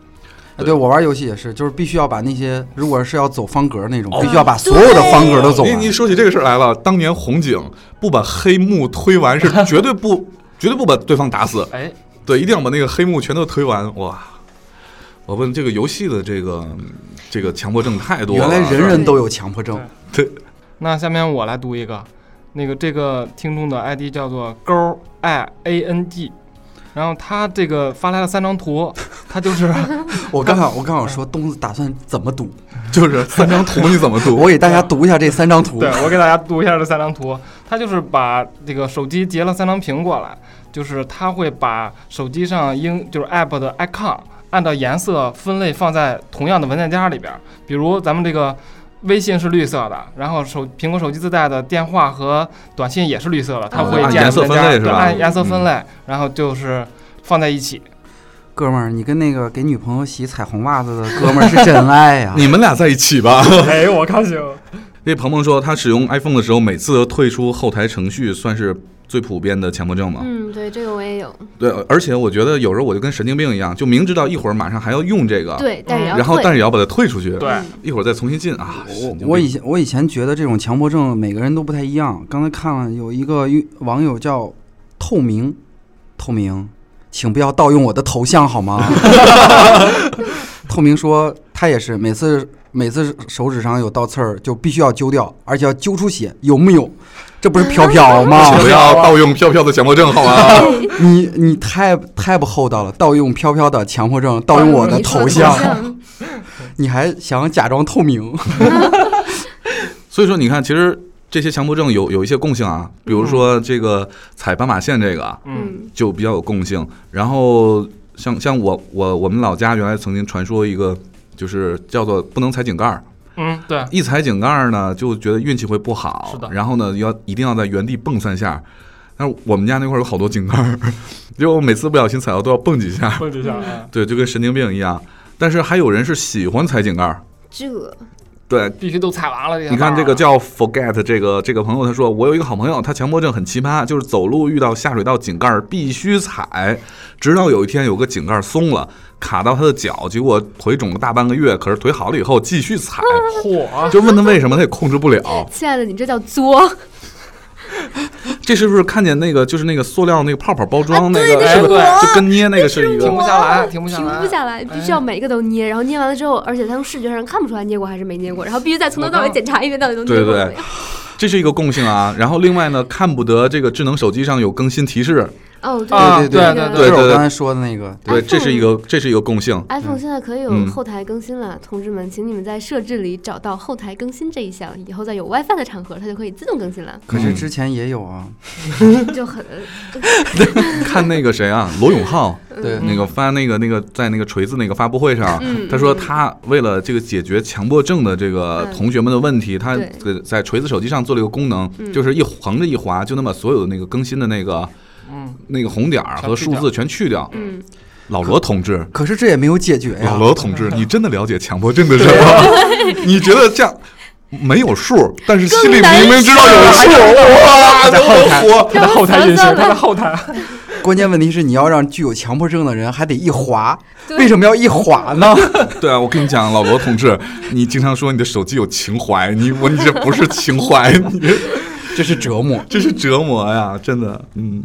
Speaker 5: 对我玩游戏也是，就是必须要把那些如果是要走方格那种，
Speaker 2: 哦
Speaker 5: 必须要把所有的方格都走
Speaker 2: 你
Speaker 5: 完。
Speaker 2: 你说起这个事儿来了，当年红警不把黑幕推完 是绝对不绝对不把对方打死，
Speaker 4: 哎，
Speaker 2: 对，一定要把那个黑幕全都推完。哇，我问这个游戏的这个这个强迫症太多了，
Speaker 5: 原 来人人都有强迫症
Speaker 4: 对，那下面我来读一个，那个这个听众的 ID 叫做勾 i a n g，然后他这个发来了三张图，他就是
Speaker 5: 我刚 好我刚好说东子打算怎么读，
Speaker 2: 就是三张图你怎么读？
Speaker 5: 我给大家读一下这三张 图
Speaker 4: 对。我给大家读一下这三张图，他就是把这个手机截了三张屏过来，就是他会把手机上应就是 app 的 icon 按照颜色分类放在同样的文件夹里边儿，比如咱们这个。微信是绿色的，然后手苹果手机自带的电话和短信也是绿色的，它
Speaker 2: 哦
Speaker 4: 会
Speaker 2: 按
Speaker 4: 建
Speaker 2: 颜色
Speaker 4: 文件
Speaker 2: 分
Speaker 4: 夹
Speaker 2: 类是
Speaker 4: 对
Speaker 2: 吧
Speaker 4: 按颜色
Speaker 2: 嗯！
Speaker 4: 分类，然后就是放在一起。
Speaker 5: 哥们儿，你跟那个给女朋友洗彩虹袜子的哥们儿是真爱呀
Speaker 2: 你们俩在一起吧。
Speaker 4: 哎，我看行。
Speaker 2: 那鹏鹏说，他使用 iPhone 的时候，每次都退出后台程序，算是最普遍的强迫症嘛？
Speaker 3: 嗯，对，这个我也有，
Speaker 2: 对，而且我觉得有时候我就跟神经病一样，就明知道一会儿马上还要用这个，
Speaker 3: 对，但是也要
Speaker 2: 然后
Speaker 3: 退
Speaker 2: 但是也要把它退出去，
Speaker 4: 对
Speaker 3: 嗯
Speaker 2: 一会儿再重新进啊。神经
Speaker 5: 我以
Speaker 2: 病
Speaker 5: 前我以前觉得这种强迫症每个人都不太一样。刚才看了有一个用网友叫透明，透明，请不要盗用我的头像好 吗？透明说他也是每次每次手指上有倒刺儿就必须要揪掉，而且要揪出血，有木有？这不是飘 飘吗？
Speaker 2: 啊不要盗用飘飘的强迫症，好吗？
Speaker 5: 你你太太不厚道了，盗用飘飘的强迫症，盗用我的头像，，嗯你还想假装透明？
Speaker 2: 所以说，你看，其实这些强迫症有有一些共性啊，比如说这个踩斑马线这个啊
Speaker 4: 嗯
Speaker 3: 嗯
Speaker 2: 就比较有共性。然后像像我我我们老家原来曾经传说一个，就是叫做不能踩井盖儿，
Speaker 4: 嗯，对，
Speaker 2: 一踩井盖儿呢，就觉得运气会不好，
Speaker 4: 是的
Speaker 2: 然后呢，要一定要在原地蹦三下。但是我们家那块儿有好多井盖儿， 结果我每次不小心踩到都要蹦几下，
Speaker 4: 蹦几下啊，
Speaker 2: 对，就跟神经病一样。但是还有人是喜欢踩井盖儿，
Speaker 3: 这
Speaker 2: 对。
Speaker 4: 必须都踩完了。
Speaker 2: 你看这个叫 forget 这个这个朋友，他说我有一个好朋友，他强迫症很奇葩，就是走路遇到下水道井盖儿必须踩，直到有一天有个井盖儿松了，卡到他的脚，结果腿肿了大半个月，可是腿好了以后继续 踩，
Speaker 4: 火，
Speaker 2: 就问他为什么，他也控制不了。
Speaker 3: 亲爱的，你这叫作，
Speaker 2: 这是不是看见那个就是那个塑料那个泡泡包装那个，
Speaker 4: 那是
Speaker 2: 是不是
Speaker 4: 我
Speaker 2: 就跟捏那个是一
Speaker 4: 停不
Speaker 2: 个？
Speaker 4: 下来，停不下
Speaker 3: 停
Speaker 4: 来，哎
Speaker 3: 不下来，必须要每个都捏，然后捏完了之后，而且他从视觉上看不出来捏过还是没捏
Speaker 4: 嗯
Speaker 3: 过，然后必须再从头到尾检查一遍到底都捏
Speaker 2: 对
Speaker 3: 过
Speaker 2: 对
Speaker 3: 了没
Speaker 2: 对，这是一个共性啊。然后另外呢，看不得这个智能手机上有更新提示，
Speaker 3: 哦，对
Speaker 4: 啊
Speaker 5: 对
Speaker 4: 对
Speaker 5: 对
Speaker 4: 对
Speaker 5: 就
Speaker 2: 对
Speaker 5: 是我
Speaker 2: 对
Speaker 5: 刚才说的那个，，
Speaker 2: 对，这是一个这是一个共性。
Speaker 3: iPhone 现在可以有
Speaker 2: 嗯
Speaker 3: 后台更新了，同志们，请你们在设置里找到后台更新这一项，以后在有 WiFi 的场合，它就可以自动更 新了
Speaker 5: 可
Speaker 2: 嗯
Speaker 5: 是之前也有啊，
Speaker 3: 就很
Speaker 2: 看那个谁啊，罗永浩，
Speaker 5: 对，
Speaker 2: 那个发那个那个在那个锤子那个发布会上，
Speaker 3: 嗯
Speaker 2: 他说他为了这个解决强迫症的这个
Speaker 3: 嗯
Speaker 2: 同学们的问题，他
Speaker 3: 对
Speaker 2: 在在锤子手机上做了一个功能，就是一横着一划就能把所有的那个更新的那个
Speaker 4: 嗯，
Speaker 2: 那个红点儿和数字全去掉。
Speaker 3: 嗯，
Speaker 2: 老罗同志。
Speaker 5: 可是这也没有解决哎呀
Speaker 2: 老。罗同志，你真的了解强迫症的人吗？ 你觉得这样没有数，但是心里明明知道有数，哇，能火！
Speaker 3: 他的后台运行，他的后
Speaker 5: 关键问题是你要让具有强迫症的人还得一滑，
Speaker 3: 对
Speaker 5: 为什么要一滑呢？
Speaker 2: 对啊，我跟你讲，老罗同志，你经常说你的手机有情怀，你我你这不是情怀， 你
Speaker 5: 这是折磨。
Speaker 2: 这是折磨呀，真的，嗯，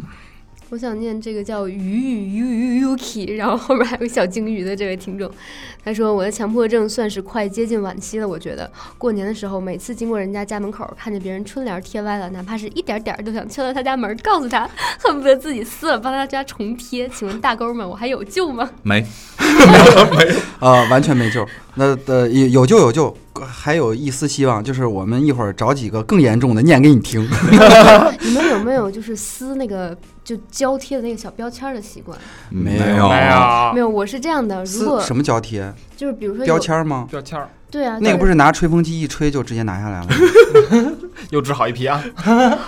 Speaker 3: 我想念这个叫鱼鱼鱼鱼 Yuki，然后后面还有小鲸鱼的这位听众，他说我的强迫症算是快接近惋惜了。我觉得过年的时候，每次经过人家家门口，看见别人春联贴歪了，哪怕是一点点儿，都想敲敲他家门，告诉他，恨不得自己撕了帮他家重贴。请问大哥们，我还有救吗？
Speaker 2: 没，
Speaker 5: 啊，完全没救。那呃，有有救有救，还有一丝希望，就是我们一会儿找几个更严重的念给你听。
Speaker 3: 你们有没有就是撕那个就胶贴的那个小标签儿的习惯？
Speaker 5: 没有
Speaker 2: 有，
Speaker 4: 没有
Speaker 3: 没有，我是这样的，如
Speaker 5: 撕
Speaker 3: 果
Speaker 5: 什么胶贴？
Speaker 3: 就是比如说有
Speaker 5: 标，签儿吗？
Speaker 4: 标签儿
Speaker 3: 对啊，
Speaker 5: 那个
Speaker 3: 就
Speaker 5: 不是拿吹风机一吹就直接拿下来了吗？
Speaker 4: 又治好一批啊，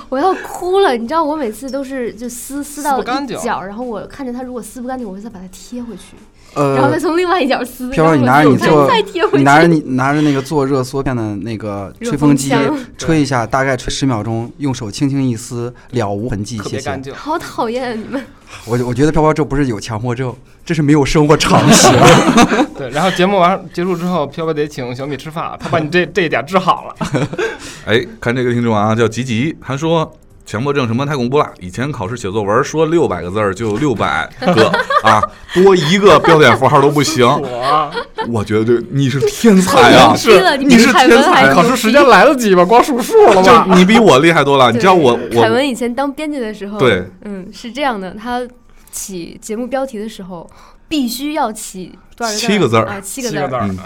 Speaker 3: 我要哭了，你知道我每次都是就撕撕到
Speaker 4: 不干
Speaker 3: 一
Speaker 4: 净
Speaker 3: 角，然后我看着它如果撕不干净，我会再把它贴回去，然后再
Speaker 5: 呃，
Speaker 3: 从另外一角撕。
Speaker 5: 飘飘，
Speaker 3: 然后我
Speaker 5: 你拿着你
Speaker 3: 再
Speaker 5: 做
Speaker 3: 再贴，回去，
Speaker 5: 你拿着你拿着那个做热缩片的那个
Speaker 3: 热
Speaker 5: 吹风机
Speaker 3: 风
Speaker 5: 吹一下，大概吹十秒钟，用手轻轻一撕，了无痕迹。
Speaker 4: 特
Speaker 5: 谢
Speaker 4: 别
Speaker 5: 谢
Speaker 4: 干。净。
Speaker 3: 好讨厌你们！
Speaker 5: 我我觉得飘飘这不是有强迫症，这是没有生活常识。
Speaker 4: 对，然后节目完结束之后，飘飘得请小米吃饭，他把你这这一点治好了。
Speaker 2: 哎，看这个听众啊，叫吉吉，他说。强迫症什么太恐怖了！以前考试写作文说六百个字儿就六百个啊，多一个标点符号都不行。
Speaker 4: 我
Speaker 2: 我觉得这你是天才啊！
Speaker 3: 是了你
Speaker 2: 你是
Speaker 3: 比凯
Speaker 2: 天
Speaker 3: 文
Speaker 2: 才
Speaker 3: 还
Speaker 2: 啊
Speaker 4: 哎考试时间来得及吧？光数数 了吧？
Speaker 2: 就你比我厉害多了。你知道我
Speaker 3: 凯
Speaker 2: 我
Speaker 3: 文以前当编辑的时候，
Speaker 2: 对，
Speaker 3: 嗯，是这样的，他起节目标题的时候必须要起多少个
Speaker 2: 七个字儿
Speaker 3: 啊？七
Speaker 4: 七
Speaker 3: 个字
Speaker 4: 个字
Speaker 3: 儿，
Speaker 4: 儿
Speaker 2: 嗯，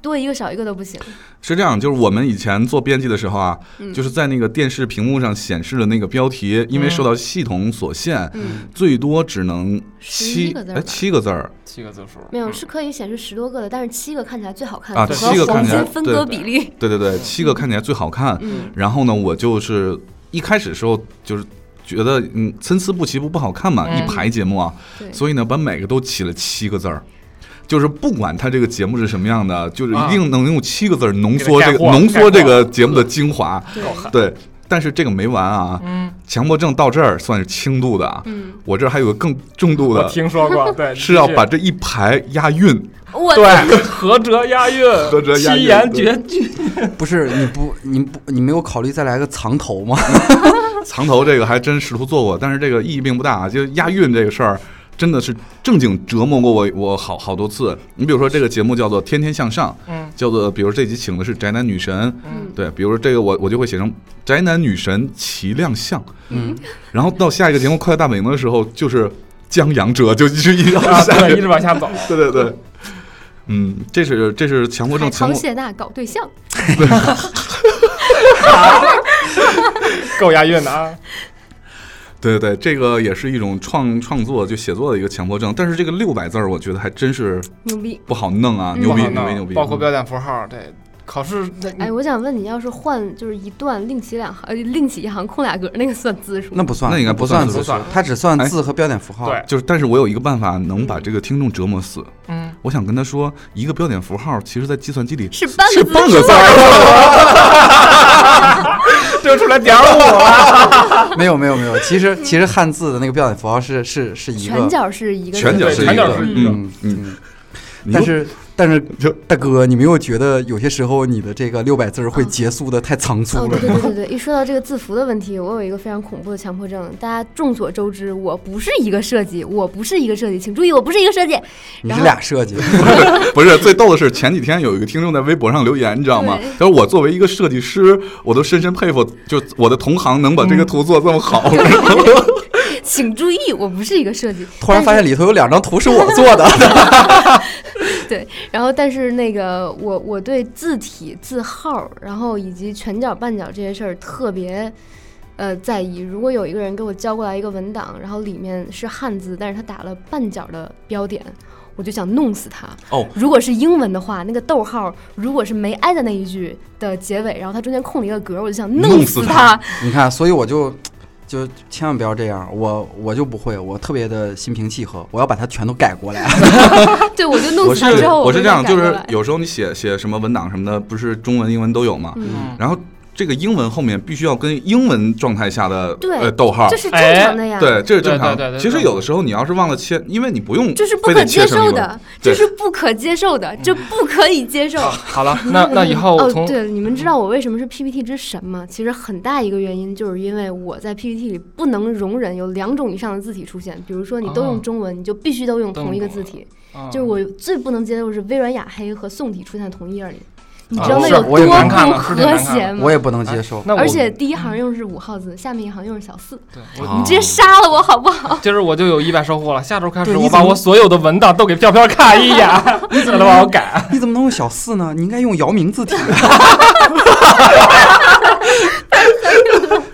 Speaker 3: 多一个少一个都不行。
Speaker 2: 是这样，就是我们以前做编辑的时候啊，
Speaker 3: 嗯
Speaker 2: 就是在那个电视屏幕上显示的那个标题，因为受到系统所限，
Speaker 3: 嗯，
Speaker 2: 最多只能
Speaker 3: 11
Speaker 2: 七
Speaker 3: 个字儿吧
Speaker 2: 哎七个字儿，
Speaker 4: 嗯七个字数
Speaker 3: 没有，是可以显示十多个的，但是七个看起来最好看
Speaker 2: 啊
Speaker 3: 符
Speaker 4: 七
Speaker 3: 合
Speaker 4: 个
Speaker 3: 黄
Speaker 4: 看起来
Speaker 3: 金分割比例。
Speaker 2: 对对对，七个看起来最好看。
Speaker 3: 嗯
Speaker 2: 然后呢，我就是一开始时候就是觉得嗯参差不齐不不好看嘛，
Speaker 4: 嗯
Speaker 2: 一排节目啊，
Speaker 3: 对
Speaker 2: 所以呢把每个都起了七个字儿。就是不管它这个节目是什么样的，就是一定能用七个字儿浓缩这
Speaker 4: 啊给它概
Speaker 2: 个
Speaker 4: 括
Speaker 2: 浓缩这
Speaker 4: 概
Speaker 2: 个节目的精华。
Speaker 3: 对，
Speaker 2: 对，但是这个没完啊，
Speaker 4: 嗯，
Speaker 2: 强迫症到这儿算是轻度的啊，
Speaker 3: 嗯，
Speaker 2: 我这儿还有个更重度
Speaker 4: 我
Speaker 2: 的，
Speaker 4: 听说过，对，
Speaker 2: 是要
Speaker 4: 的确
Speaker 2: 把这一排押韵。
Speaker 3: 我
Speaker 4: 对啊合辙押韵，
Speaker 2: 合辙押韵
Speaker 4: 七言绝句，
Speaker 5: 不是你不你不你没有考虑再来个藏头吗？
Speaker 2: 藏头这个还真试图做过，但是这个意义并不大啊，就押韵这个事儿。真的是正经折磨过我，我好好多次。你比如说这个节目叫做《天天向上》，
Speaker 4: 嗯，
Speaker 2: 叫做比如这集请的是宅男女神，
Speaker 3: 嗯
Speaker 2: 对，比如说这个我我就会写成宅男女神齐亮相，
Speaker 5: 嗯，
Speaker 2: 然后到下一个节目《快乐大本营》的时候，就是江阳哲就一直一直往
Speaker 4: 啊，
Speaker 2: 下
Speaker 4: 对，一直往下走。
Speaker 2: 对对对，嗯，这是这是强迫
Speaker 3: 海
Speaker 2: 症，强
Speaker 3: 棠
Speaker 2: 迫
Speaker 3: 谢娜搞对象，
Speaker 4: 够押韵的啊！
Speaker 2: 对对对，这个也是一种创创作就写作的一个强迫症。但是这个六百字儿，我觉得还真是
Speaker 3: 牛逼！
Speaker 2: 不好弄啊，
Speaker 3: 嗯
Speaker 2: 牛逼
Speaker 4: 不好弄
Speaker 2: 牛逼牛逼，
Speaker 4: 包括标点符号，这考试那
Speaker 3: 哎，我想问你，要是换就是一段另起两行，呃，另起一行空俩格，那个算字数吗？
Speaker 5: 那不算，
Speaker 2: 那应该
Speaker 5: 不
Speaker 2: 不算
Speaker 5: 字
Speaker 2: 不
Speaker 5: 数
Speaker 4: 算，
Speaker 5: 它只算
Speaker 2: 哎
Speaker 5: 字和标点符号。
Speaker 4: 对，
Speaker 2: 就是，但是我有一个办法能把这个听众折磨死。
Speaker 4: 嗯，
Speaker 2: 我想跟他说，一个标点符号，其实在计算机里
Speaker 3: 是半
Speaker 2: 是
Speaker 3: 个字
Speaker 2: 半个字儿。
Speaker 4: 这出来点儿我，
Speaker 5: 没有没有没有，其实其实汉字的那个标点符号是是是一
Speaker 3: 全
Speaker 5: 个，
Speaker 3: 角是一个字，
Speaker 2: 全角
Speaker 4: 对
Speaker 2: 是一
Speaker 4: 全角
Speaker 2: 个，
Speaker 4: 是一个
Speaker 2: 嗯嗯，你
Speaker 5: 但
Speaker 2: 又
Speaker 5: 是但是
Speaker 2: 就
Speaker 5: 大哥，你没有觉得有些时候你的这个六百字儿会结束的太仓促
Speaker 3: 哦，
Speaker 5: 了
Speaker 3: 对对
Speaker 5: 吗？
Speaker 3: 对对 对，一说到这个字符的问题，我有一个非常恐怖的强迫症。大家众所周知，我不是一个设计，我不是一个设计，请注意，我不是一个设计。
Speaker 5: 你是俩设计，
Speaker 2: 不是最逗的是，前几天有一个听众在微博上留言，你知道吗
Speaker 3: 对？
Speaker 2: 他说我作为一个设计 师，我都深深佩服，就我的同行能把这个图做这么好。
Speaker 3: 请注意，我不是一个设计。
Speaker 5: 突然发现里头有两张图是我做的，
Speaker 3: 对，然后但是那个我我对字体、字号，然后以及全角、半角这些事儿特别呃在意。如果有一个人给我交过来一个文档，然后里面是汉字，但是他打了半角的标点。我就想弄死他
Speaker 2: 哦
Speaker 3: 如果是英文的话，那个逗号如果是没挨着那一句的结尾，然后它中间空了一个格，我就想
Speaker 2: 弄
Speaker 3: 死
Speaker 2: 死
Speaker 3: 他。
Speaker 5: 你看，所以我就就千万不要这样，我我就不会，我特别的心平气和，我要把它全都改过来。
Speaker 3: 对，我就弄
Speaker 2: 我是
Speaker 3: 死他之后，
Speaker 2: 我是这样，
Speaker 3: 就
Speaker 2: 就
Speaker 3: 给它改
Speaker 2: 是
Speaker 3: 过来
Speaker 2: 有时候你写写什么文档什么的，不是中文、英文都有嘛，
Speaker 4: 嗯
Speaker 2: 然后这个英文后面必须要跟英文状态下的
Speaker 3: 对
Speaker 2: 呃逗号
Speaker 3: 这，是正常的呀。
Speaker 2: 对，这是正常
Speaker 4: 对对对。对
Speaker 2: 其实有的时候你要是忘了切，因为你不用
Speaker 3: 这是不
Speaker 2: 非
Speaker 3: 可
Speaker 2: 得
Speaker 3: 接
Speaker 2: 切成
Speaker 3: 受
Speaker 2: 英文
Speaker 3: 的，
Speaker 2: 对
Speaker 3: 这是不可接受的，这不可以接受。
Speaker 4: 好了，那那以后我
Speaker 3: 哦，
Speaker 4: 从
Speaker 3: 对了，你们知道我为什么是 PPT 之神吗？其实很大一个原因就是因为我在 PPT 里不能容忍有两种以上的字体出现，比如说你都
Speaker 4: 哦
Speaker 3: 用中文，你就必须都用
Speaker 4: 都
Speaker 3: 同
Speaker 4: 用
Speaker 3: 一个
Speaker 4: 中
Speaker 3: 字
Speaker 4: 文
Speaker 3: 体。
Speaker 4: 嗯
Speaker 3: 就是我最不能接受是微软雅黑和宋体出现在同一页里，你
Speaker 4: 啊
Speaker 3: 知道那
Speaker 5: 是
Speaker 3: 有
Speaker 5: 我也
Speaker 3: 多
Speaker 5: 难
Speaker 4: 看
Speaker 3: 不
Speaker 4: 了是
Speaker 3: 和
Speaker 4: 挺难看
Speaker 3: 谐
Speaker 4: 的
Speaker 5: 我
Speaker 3: 吗？
Speaker 5: 也不能
Speaker 2: 哎
Speaker 5: 接受。
Speaker 4: 那我哦
Speaker 3: 而且第一行用是五号字，下面一行用是小四，
Speaker 4: 对我
Speaker 2: 啊
Speaker 3: 你直接杀了我好不好？
Speaker 4: 今儿我就有意外收获了，下周开始
Speaker 5: 对
Speaker 4: 我
Speaker 5: 你
Speaker 4: 把
Speaker 5: 怎么
Speaker 4: 我所有的文档都给飘飘看一 眼，让他帮我改。
Speaker 5: 你怎么能用小四呢？你应该用姚明字体。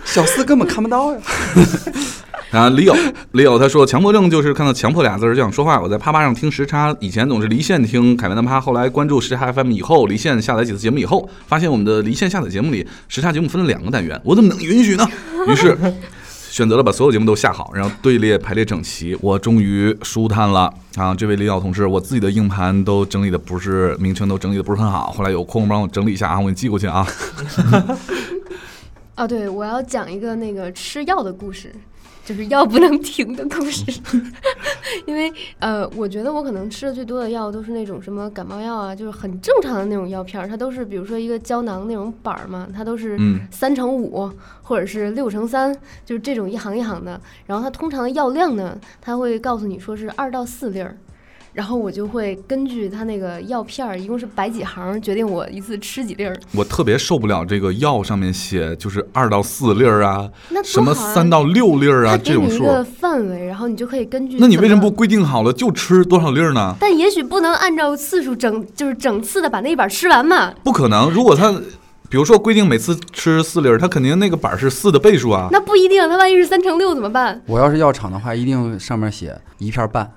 Speaker 5: 小四根本看不到呀。
Speaker 2: 然后李 友，李友他说强迫症就是看到“强迫”俩字儿就想说话。我在啪啪上听时差，以前总是离线听凯文的啪，后来关注时差 FM 以后，离线下载几次节目以后，发现我们的离线下载节目里时差节目分了两个单元，我怎么能允许呢？于 是选择了把所有节目都下好，然后队列排列整齐，我终于舒坦了啊！这位李友同志，我自己的硬盘都整理的不是名称都整理的不是很好，后来有空帮我整理一下啊，我给你寄过去啊。
Speaker 3: 啊，对，我要讲一个那个吃药的故事，就是药不能停的故事。 因为呃，我觉得我可能吃的最多的药都是那种什么感冒药啊，就是很正常的那种药片儿，它都是比如说一个胶囊那种板儿嘛，它都是
Speaker 2: 嗯
Speaker 3: 三乘五或者是六乘三，就是这种一行一行的。然后它通常的药量呢，它会告诉你说是二到四粒儿。然后我就会根据它那个药片儿，一共是摆几行，决定我一次吃几粒儿。
Speaker 2: 我特别受不了这个药上面写就是二到四粒儿啊，
Speaker 3: 那多
Speaker 2: 什么
Speaker 3: 好啊
Speaker 2: 三到六粒儿啊
Speaker 3: 它
Speaker 2: 这
Speaker 3: 给
Speaker 2: 种
Speaker 3: 你一
Speaker 2: 数，
Speaker 3: 个范围，然后你就可以根据。
Speaker 2: 那你为什么不？规定好了就吃多少粒儿呢？
Speaker 3: 但也许不能按照次数整，就是整次的把那一板吃完嘛。
Speaker 2: 不可能，如果他比如说规定每次吃四粒儿，他肯定那个板儿是四的倍数啊。
Speaker 3: 那不一定，它万一是三乘六怎么办？
Speaker 5: 我要是药厂的话，一定上面写一片半。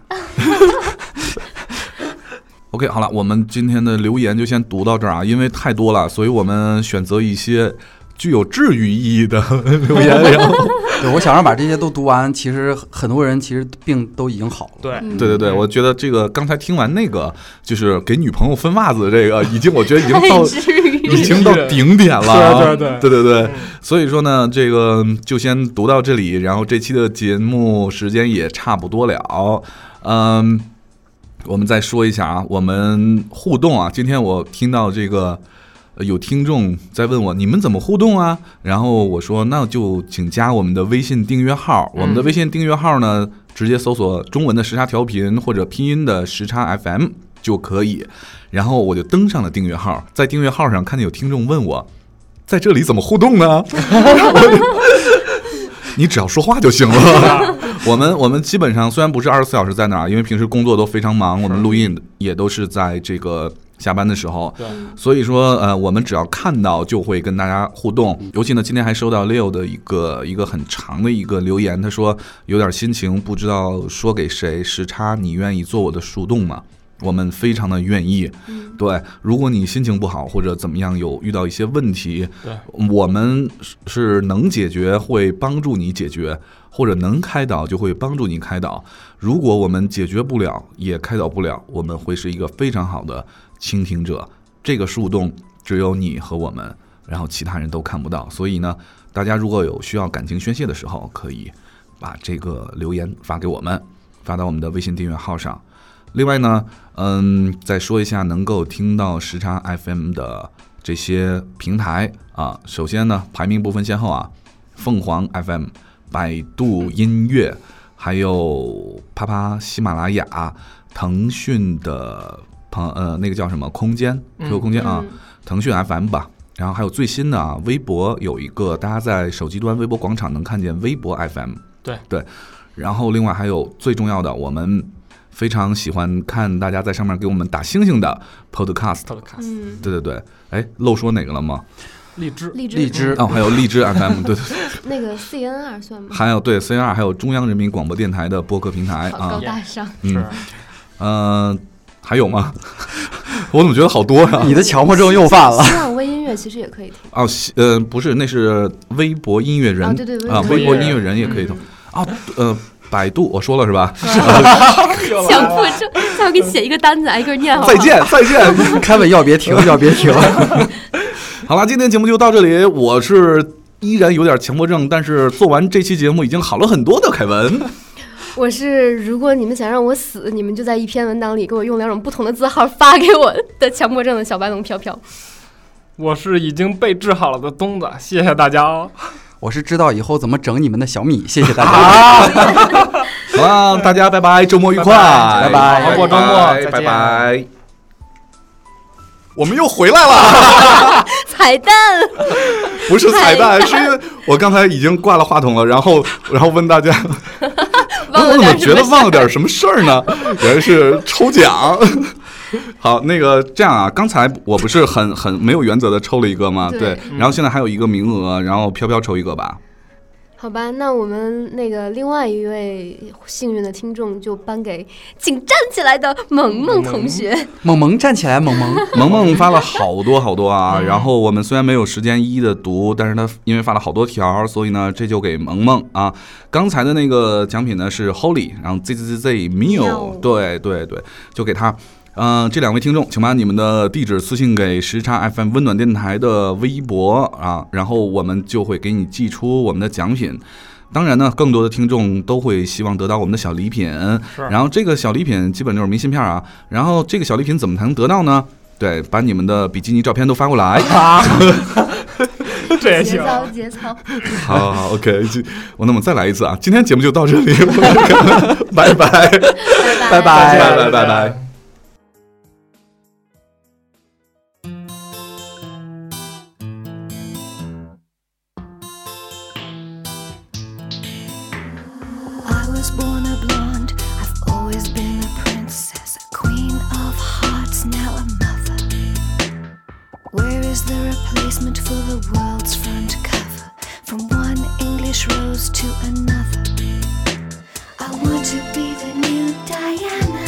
Speaker 2: OK，好了，我们今天的留言就先读到这儿啊，因为太多了，所以我们选择一些具有治愈意义的留言。 然后，
Speaker 5: 对，我想让把这些都读完。其实很多人其实病都已经好了。
Speaker 4: 对，
Speaker 2: 对对对，我觉得这个刚才听完那个就是给女朋友分袜子的这个，已经我觉得已经
Speaker 3: 太
Speaker 2: 到
Speaker 3: 至 于
Speaker 2: 已经到顶点了、
Speaker 4: 对啊嗯对对
Speaker 2: 对对对所以说呢，这个就先读到这里，然后这期的节目时间也差不多了，嗯，我们再说一下啊，我们互动啊，今天我听到这个。呃有听众在问我你们怎么互动啊？然后我说那就请加我们的微信订阅号，
Speaker 4: 嗯
Speaker 2: 我们的微信订阅号呢，直接搜索中文的时差调频或者拼音的时差 FM 就可以。然后我就登上了订阅号，在订阅号上看见有听众问我，在这里怎么互动呢？ 你只要说话就行了。我们我们基本上虽然不是二十四小时在那儿，因为平时工作都非常忙，我们录音也都是在这个下班的时候，所以说呃，我们只要看到就会跟大家互动。尤其呢，今天还收到 Leo 的一个一个很长的一个留言，他说有点心情，不知道说给谁。时差，你愿意做我的树洞吗？我们非常的愿意，对。如果你心情不好或者怎么样，有遇到一些问题，我们是是能解决，会帮助你解决，或者能开导，就会帮助你开导。如果我们解决不了，也开导不了，我们会是一个非常好的倾听者。这个树洞只有你和我们，然后其他人都看不到。所以呢，大家如果有需要感情宣泄的时候，可以把这个留言发给我们，发到我们的微信订阅号上。另外呢，嗯，再说一下能够听到时差 FM 的这些平台啊。首先呢，排名不分先后啊，凤凰 FM、百度音乐，还有啪啪、喜马拉雅、腾讯的朋呃那个叫什么空间 QQ 空间啊，腾讯 FM 吧。然后还有最新的啊，微博有一个，大家在手机端微博广场能看见微博 FM。
Speaker 4: 对
Speaker 2: 对，然后另外还有最重要的，我们非常喜欢看大家在上面给我们打星星的 Podcast。
Speaker 4: Podcast
Speaker 3: 嗯，
Speaker 2: 对对对，哎，漏说哪个了吗？
Speaker 4: 荔枝
Speaker 3: 荔枝
Speaker 5: 荔枝
Speaker 2: 哦，还有 荔枝 FM，对对对，
Speaker 3: 那个 CNR 算吗？
Speaker 2: 还有对 CNR，还有中央人民广播电台的播客平台
Speaker 3: 好
Speaker 2: 啊
Speaker 3: 高，大上，
Speaker 2: 嗯
Speaker 4: 是
Speaker 2: 嗯、呃，还有吗？ 我怎么觉得好多呀、
Speaker 5: 你的强迫症又犯了。
Speaker 3: 新浪微音乐其实也可以听。
Speaker 2: 哦，西呃，不是，那是微博音乐人
Speaker 3: 啊对对微
Speaker 2: 啊，
Speaker 3: 博
Speaker 2: 微博
Speaker 4: 音乐
Speaker 2: 音乐人也可
Speaker 3: 嗯
Speaker 2: 以投啊，呃，百度我说了是 吧？
Speaker 3: 哦强迫症，下回给你写一个单子，挨个念好不好。
Speaker 2: 再见，再见。
Speaker 5: 开文要别停，要别停。
Speaker 2: 好了，今天节目就到这里，我是。依然有点强迫症，但是做完这期节目已经好了很多的凯文。
Speaker 3: 我是如果你们想让我死，你们就在一篇文档里给我用两种不同的字号发给我的强迫症的小白龙飘飘。
Speaker 4: 我是已经被治好了的东子，谢谢大家哦。
Speaker 5: 我是知道以后怎么整你们的小米，谢谢大家。
Speaker 2: 好了，大家拜拜，周末愉快，
Speaker 4: 拜拜好好过周末
Speaker 2: 拜
Speaker 4: 再见
Speaker 2: 拜拜。我们又回来 了。
Speaker 3: 彩蛋。
Speaker 2: 不是彩蛋，
Speaker 3: 彩
Speaker 2: 是因为我刚才已经挂了话筒了，然后然后问大家，
Speaker 3: 忘了
Speaker 2: 我怎么
Speaker 3: 点什
Speaker 2: 觉得
Speaker 3: 么事
Speaker 2: 忘了点什么事儿呢？原来是抽奖。好，那个这样啊，刚才我不是很很没有原则的抽了一个吗？
Speaker 3: 对
Speaker 2: 对，然后现在还有一个名额，然后飘飘抽一个吧。
Speaker 3: 好吧，那我们那个另外一位幸运的听众就颁给请站起来的萌萌同学。
Speaker 5: 萌萌站起来，萌萌。
Speaker 2: 萌萌发了好多好多啊，然后我们虽然没有时间一一的读，但是他因为发了好多条儿，所以呢，这就给萌萌啊。刚才的那个奖品呢是 Holy，然后 Z Z Z Z Meal，
Speaker 3: Meow
Speaker 2: 对对对，就给他。嗯、这两位听众，请把你们的地址私信给时差 FM 温暖电台的微博啊，然后我们就会给你寄出我们的奖品。当然呢，更多的听众都会希望得到我们的小礼品，然后这个小礼品基本就是明信片啊。然后这个小礼品怎么才能得到呢？对，把你们的比基尼照片都发过 来。
Speaker 4: 这也
Speaker 3: 节
Speaker 4: 行。
Speaker 3: 操，节 操，
Speaker 2: 好好好，OK，这我那么再来一次啊！今天节目就到这里，拜拜，
Speaker 3: 拜
Speaker 5: 拜
Speaker 2: 拜拜拜拜。
Speaker 7: I was born a blonde. I've always been a princess, a queen of hearts, now a mother. Where is the replacement for the world's front cover? From one English rose to another. I want to be the new Diana.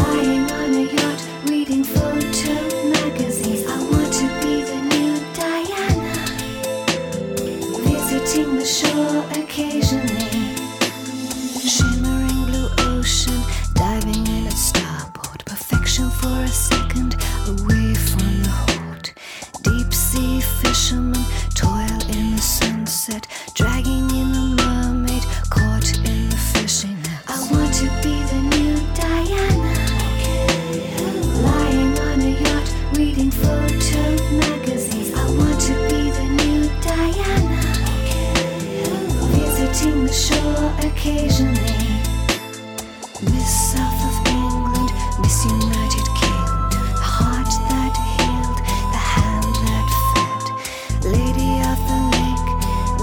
Speaker 7: Lying on a yacht, reading photo magazines. I want to be the new Diana visiting the shore occasionally. Shimmering blue ocean, diving in at starboard. Perfection for a second, away from the hold. Deep sea fishermen toil in the sunset, dragging in the mermaid caught in the fishing net. I want to be the new Diana. Lying on a yacht, reading photo magazines. I want to be the new Diana. Visiting the shore occasionally. Miss South of England, Miss United Kingdom. The heart that healed, the hand that fed. Lady of the lake,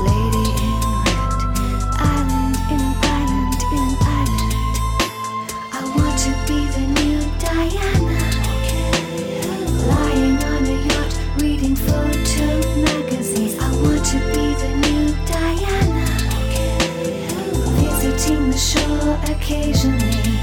Speaker 7: lady in red. Island in an island in an island. I want to be the new Diana. Lying on a yacht, reading photo magazines. I want to be the new Diana. Visiting the shore occasionally.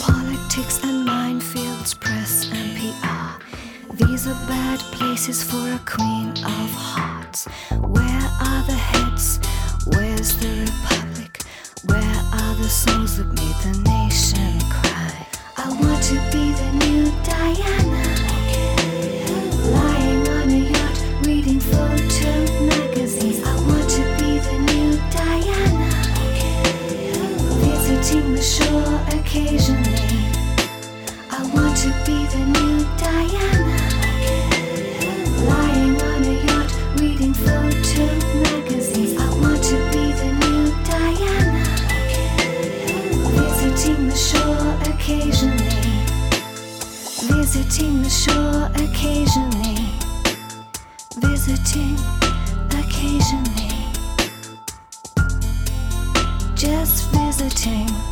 Speaker 7: Politics and minefields, press and PR. These are bad places for a queen of hearts. Where are the heads? Where's the republic? Where are the songs that made the nation cry? I want to be the new Diana. Lying on a yacht, reading photo magazines. I want to be the new Diana. Visiting the shore occasionally. I want to be the new Diana. Lying on a yacht, reading photo magazines. I want to be the new Diana. Visiting the shore occasionally. Visiting the shore occasionally. Visiting occasionally. is visiting.